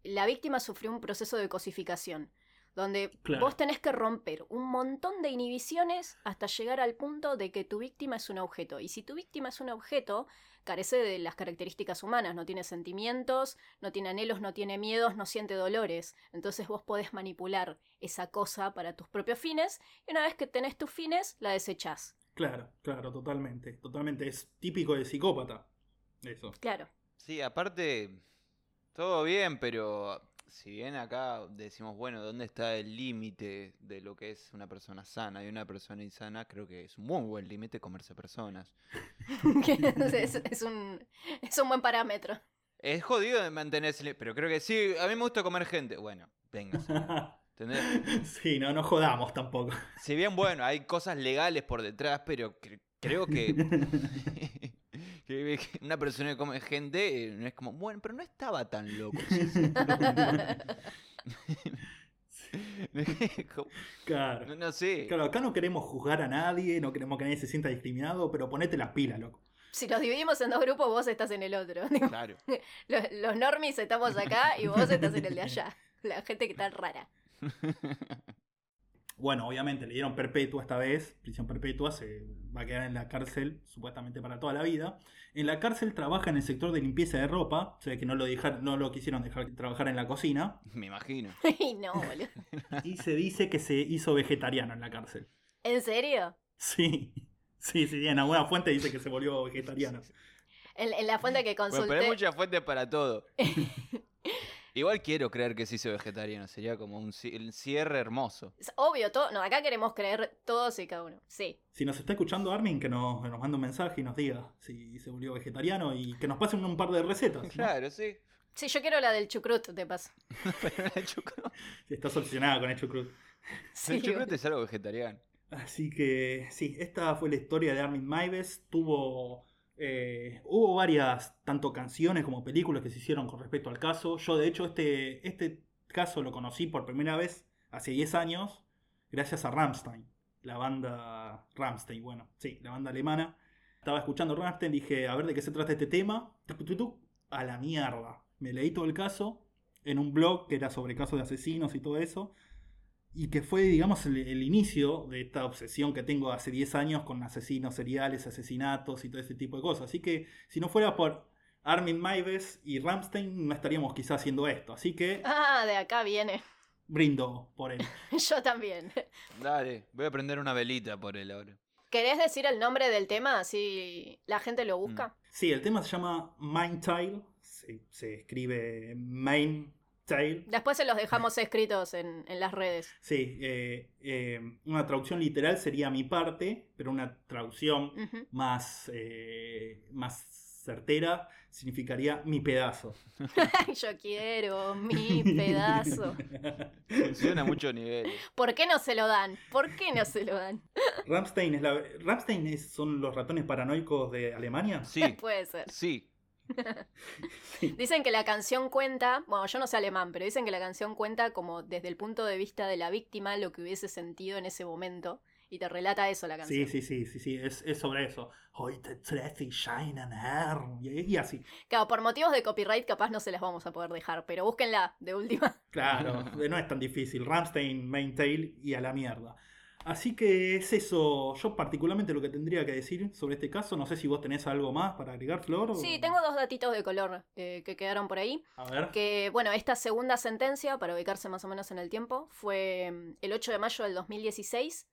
Speaker 3: la víctima sufrió un proceso de cosificación, donde
Speaker 2: Claro.
Speaker 3: vos tenés que romper un montón de inhibiciones hasta llegar al punto de que tu víctima es un objeto. Y si tu víctima es un objeto, carece de las características humanas, no tiene sentimientos, no tiene anhelos, no tiene miedos, no siente dolores. Entonces vos podés manipular esa cosa para tus propios fines y una vez que tenés tus fines, la desechás.
Speaker 2: Claro, claro, totalmente. Totalmente. Es típico de psicópata. Eso.
Speaker 3: Claro.
Speaker 4: Sí, aparte, todo bien, pero si bien acá decimos, bueno, ¿dónde está el límite de lo que es una persona sana y una persona insana? Creo que es un muy buen límite comerse personas.
Speaker 3: es, es un, es un buen parámetro.
Speaker 4: Es jodido de mantenerse, li- pero creo que sí, a mí me gusta comer gente. Bueno, venga. ¿entendés?
Speaker 2: sí, no, no jodamos tampoco.
Speaker 4: Si bien, bueno, hay cosas legales por detrás, pero cre- creo que... que Una persona que come gente eh, no es como, bueno, pero no estaba tan loco. Como- No,
Speaker 2: Claro.
Speaker 4: no sé.
Speaker 2: Claro, acá no queremos juzgar a nadie, no queremos que nadie se sienta discriminado, pero ponete las pilas, loco.
Speaker 3: Si nos dividimos en dos grupos, vos estás en el otro. Digo,
Speaker 4: Claro.
Speaker 3: Los, los normies estamos acá y vos estás en el de allá. La gente que está rara.
Speaker 2: Bueno, obviamente le dieron perpetua esta vez, prisión perpetua, se va a quedar en la cárcel supuestamente para toda la vida. En la cárcel trabaja en el sector de limpieza de ropa, o sea que no lo, dejar, no lo quisieron dejar trabajar en la cocina.
Speaker 4: Me imagino.
Speaker 3: Y no, boludo.
Speaker 2: Y se dice que se hizo vegetariano en la cárcel.
Speaker 3: ¿En serio?
Speaker 2: Sí, sí, sí, en alguna fuente dice que se volvió vegetariano.
Speaker 3: En, en la fuente que
Speaker 4: Bueno,
Speaker 3: consulté.
Speaker 4: pero hay muchas fuentes para todo. Igual quiero creer que se hizo vegetariano. Sería como un ci- el cierre hermoso.
Speaker 3: Es obvio, todo. No, acá queremos creer todos y cada uno. Sí.
Speaker 2: Si nos está escuchando Armin, que nos, nos mande un mensaje y nos diga si se volvió vegetariano y que nos pasen un par de recetas. ¿no?
Speaker 4: Claro, sí.
Speaker 3: Sí, yo quiero la del chucrut, te paso.
Speaker 4: Pero el chucrut,
Speaker 2: Si estás obsesionada con el chucrut.
Speaker 3: Sí,
Speaker 4: el chucrut es algo vegetariano.
Speaker 2: Así que sí, esta fue la historia de Armin Maives. Tuvo. eh, hubo varias, tanto canciones como películas que se hicieron con respecto al caso. Yo, de hecho, este, este caso lo conocí por primera vez hace 10 años, gracias a Rammstein, la banda Rammstein, bueno, sí, la banda alemana. Estaba escuchando Rammstein, dije, a ver de qué se trata este tema. Tuc, tuc, tuc, A la mierda. Me leí todo el caso en un blog que era sobre casos de asesinos y todo eso y que fue, digamos, el, el inicio de esta obsesión que tengo hace 10 años con asesinos seriales, asesinatos y todo ese tipo de cosas. Así que si no fuera por Armin Maives y Rammstein, no estaríamos quizás haciendo esto. Así que
Speaker 3: Ah, de acá viene.
Speaker 2: brindo por él.
Speaker 3: Yo también.
Speaker 4: Dale, voy a prender una velita por él ahora.
Speaker 3: ¿Querés decir el nombre del tema? Así la gente lo busca.
Speaker 4: Mm.
Speaker 2: Sí, el tema se llama Mind Tile. Se, se escribe Main Tile.
Speaker 3: Después se los dejamos escritos en, en las redes.
Speaker 2: Sí, eh, eh, una traducción literal sería mi parte, pero una traducción
Speaker 3: Ujú.
Speaker 2: más, eh, más certera significaría mi pedazo.
Speaker 3: Yo quiero mi pedazo.
Speaker 4: Funciona a muchos niveles.
Speaker 3: ¿Por qué no se lo dan? ¿Por qué no se lo dan?
Speaker 2: Rammstein es la- Rammstein es- son los ratones paranoicos de Alemania.
Speaker 4: Sí,
Speaker 3: Puede ser.
Speaker 4: sí.
Speaker 3: Dicen que la canción cuenta, bueno, yo no sé alemán, pero dicen que la canción cuenta como desde el punto de vista de la víctima lo que hubiese sentido en ese momento y te relata eso la
Speaker 2: Sí,
Speaker 3: canción.
Speaker 2: sí, sí, sí, sí, es, es sobre eso. Heute treffe ich einen Herrn. Y, y así.
Speaker 3: Claro, por motivos de copyright capaz no se las vamos a poder dejar, pero búsquenla de última.
Speaker 2: Claro, no es tan difícil. Rammstein, Main Tail y a la mierda. Así que es eso, yo particularmente lo que tendría que decir sobre este caso. No sé si vos tenés algo más para agregar, Flor. o-
Speaker 3: Sí, tengo dos datitos de color eh, que quedaron por ahí.
Speaker 2: A ver.
Speaker 3: Que, bueno, esta segunda sentencia, para ubicarse más o menos en el tiempo, fue mm, el 8 de mayo del 2016,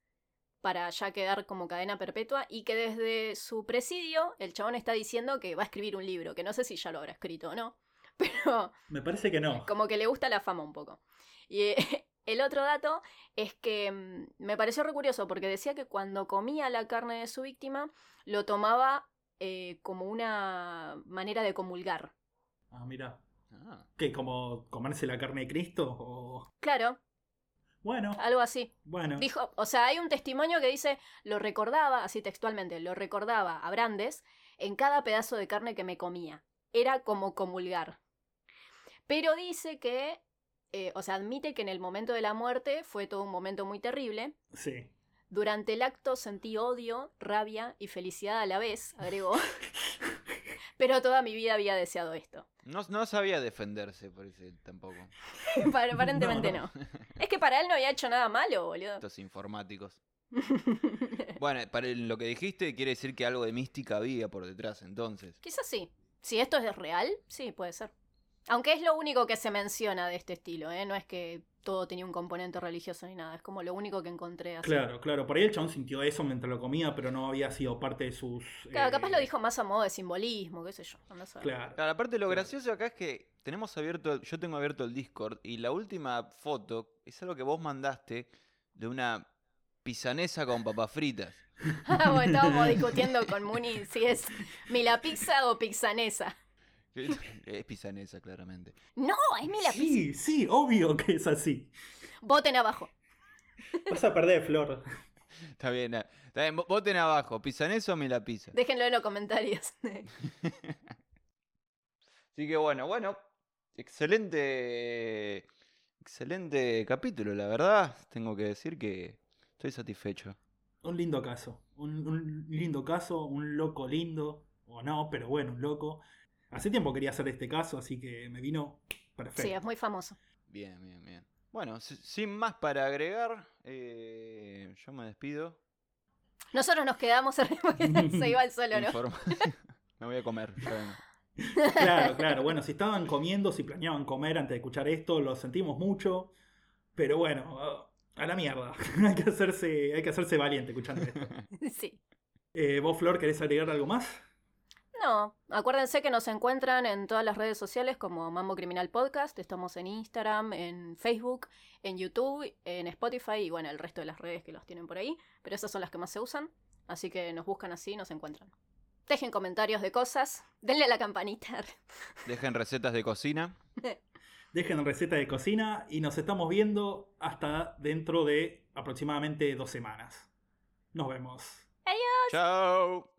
Speaker 3: para ya quedar como cadena perpetua, y que desde su presidio el chabón está diciendo que va a escribir un libro, que no sé si ya lo habrá escrito o no, pero
Speaker 2: Me parece que no.
Speaker 3: como que le gusta la fama un poco. Y eh, el otro dato es que mm, me pareció re curioso porque decía que cuando comía la carne de su víctima lo tomaba eh, como una manera de comulgar.
Speaker 2: Ah, mira.
Speaker 4: Ah,
Speaker 2: ¿Qué? ¿Como comerse la carne de Cristo? O...
Speaker 3: Claro,
Speaker 2: Bueno,
Speaker 3: algo así.
Speaker 2: bueno.
Speaker 3: Ah, Dijo, o sea, hay un testimonio que dice, lo recordaba, así textualmente, lo recordaba a Brandes en cada pedazo de carne que me comía. Era como comulgar. Pero dice que, eh, o sea, admite que en el momento de la muerte fue todo un momento muy terrible.
Speaker 2: Sí.
Speaker 3: Durante el acto sentí odio, rabia y felicidad a la vez, agregó. Pero toda mi vida había deseado esto.
Speaker 4: no, no sabía defenderse, parece, tampoco.
Speaker 3: Pa- Aparentemente
Speaker 2: No,
Speaker 3: no. Es que para él no había hecho nada malo, boludo.
Speaker 4: Estos informáticos. Bueno, para el- lo que dijiste, quiere decir que algo de mística había por detrás, entonces.
Speaker 3: Quizás sí. Si esto es real, sí, puede ser. Aunque es lo único que se menciona de este estilo, ¿eh? No es que todo tenía un componente religioso ni nada. Es como lo único que encontré así.
Speaker 2: Claro, claro. Por ahí el chabón sintió eso mientras lo comía, pero no había sido parte de sus.
Speaker 3: Claro,
Speaker 2: eh,
Speaker 3: capaz lo dijo más a modo de simbolismo, qué sé yo. andá a saber.
Speaker 2: Claro.
Speaker 4: Claro, aparte lo
Speaker 2: Claro.
Speaker 4: gracioso acá es que tenemos abierto, el- yo tengo abierto el Discord y la última foto es algo que vos mandaste de una pisanesa con papas fritas.
Speaker 3: Ah, bueno, estábamos discutiendo con Muni si es Mila Pizza o Pixanesa.
Speaker 4: es pisanesa, claramente.
Speaker 3: No, es Mila Pizza.
Speaker 2: Sí, sí, obvio que es así.
Speaker 3: Voten abajo.
Speaker 2: Vas a perder, Flor.
Speaker 4: Está bien, ah, está bien, vo- voten abajo, pisanesa o me la pisa.
Speaker 3: Déjenlo en los comentarios.
Speaker 4: Así que bueno, bueno, excelente, excelente capítulo, la verdad. Tengo que decir que estoy satisfecho.
Speaker 2: Un lindo caso. Un, un lindo caso, un loco lindo. O no, pero bueno, un loco. Hace tiempo quería hacer este caso, así que me vino perfecto.
Speaker 3: Sí, es muy famoso.
Speaker 4: Bien, bien, bien. Bueno, si- sin más para agregar, eh, yo me despido.
Speaker 3: Nosotros nos quedamos se iba al solo, ¿no?
Speaker 4: Informa- me voy a comer. ya vengo.
Speaker 2: Claro, claro. Bueno, si estaban comiendo, si planeaban comer antes de escuchar esto, lo sentimos mucho. Pero bueno, oh, a la mierda. hay, que hacerse, hay que hacerse valiente escuchando esto.
Speaker 3: Sí.
Speaker 2: Eh, ¿Vos, Flor, querés agregar algo más?
Speaker 3: No, acuérdense que nos encuentran en todas las redes sociales como Mambo Criminal Podcast, estamos en Instagram, en Facebook, en YouTube, en Spotify y bueno, el resto de las redes que los tienen por ahí, pero esas son las que más se usan, así que nos buscan así y nos encuentran. Dejen comentarios de cosas, denle a la campanita.
Speaker 4: Dejen recetas de cocina.
Speaker 2: Dejen receta de cocina y nos estamos viendo hasta dentro de aproximadamente dos semanas. Nos vemos.
Speaker 4: Chao.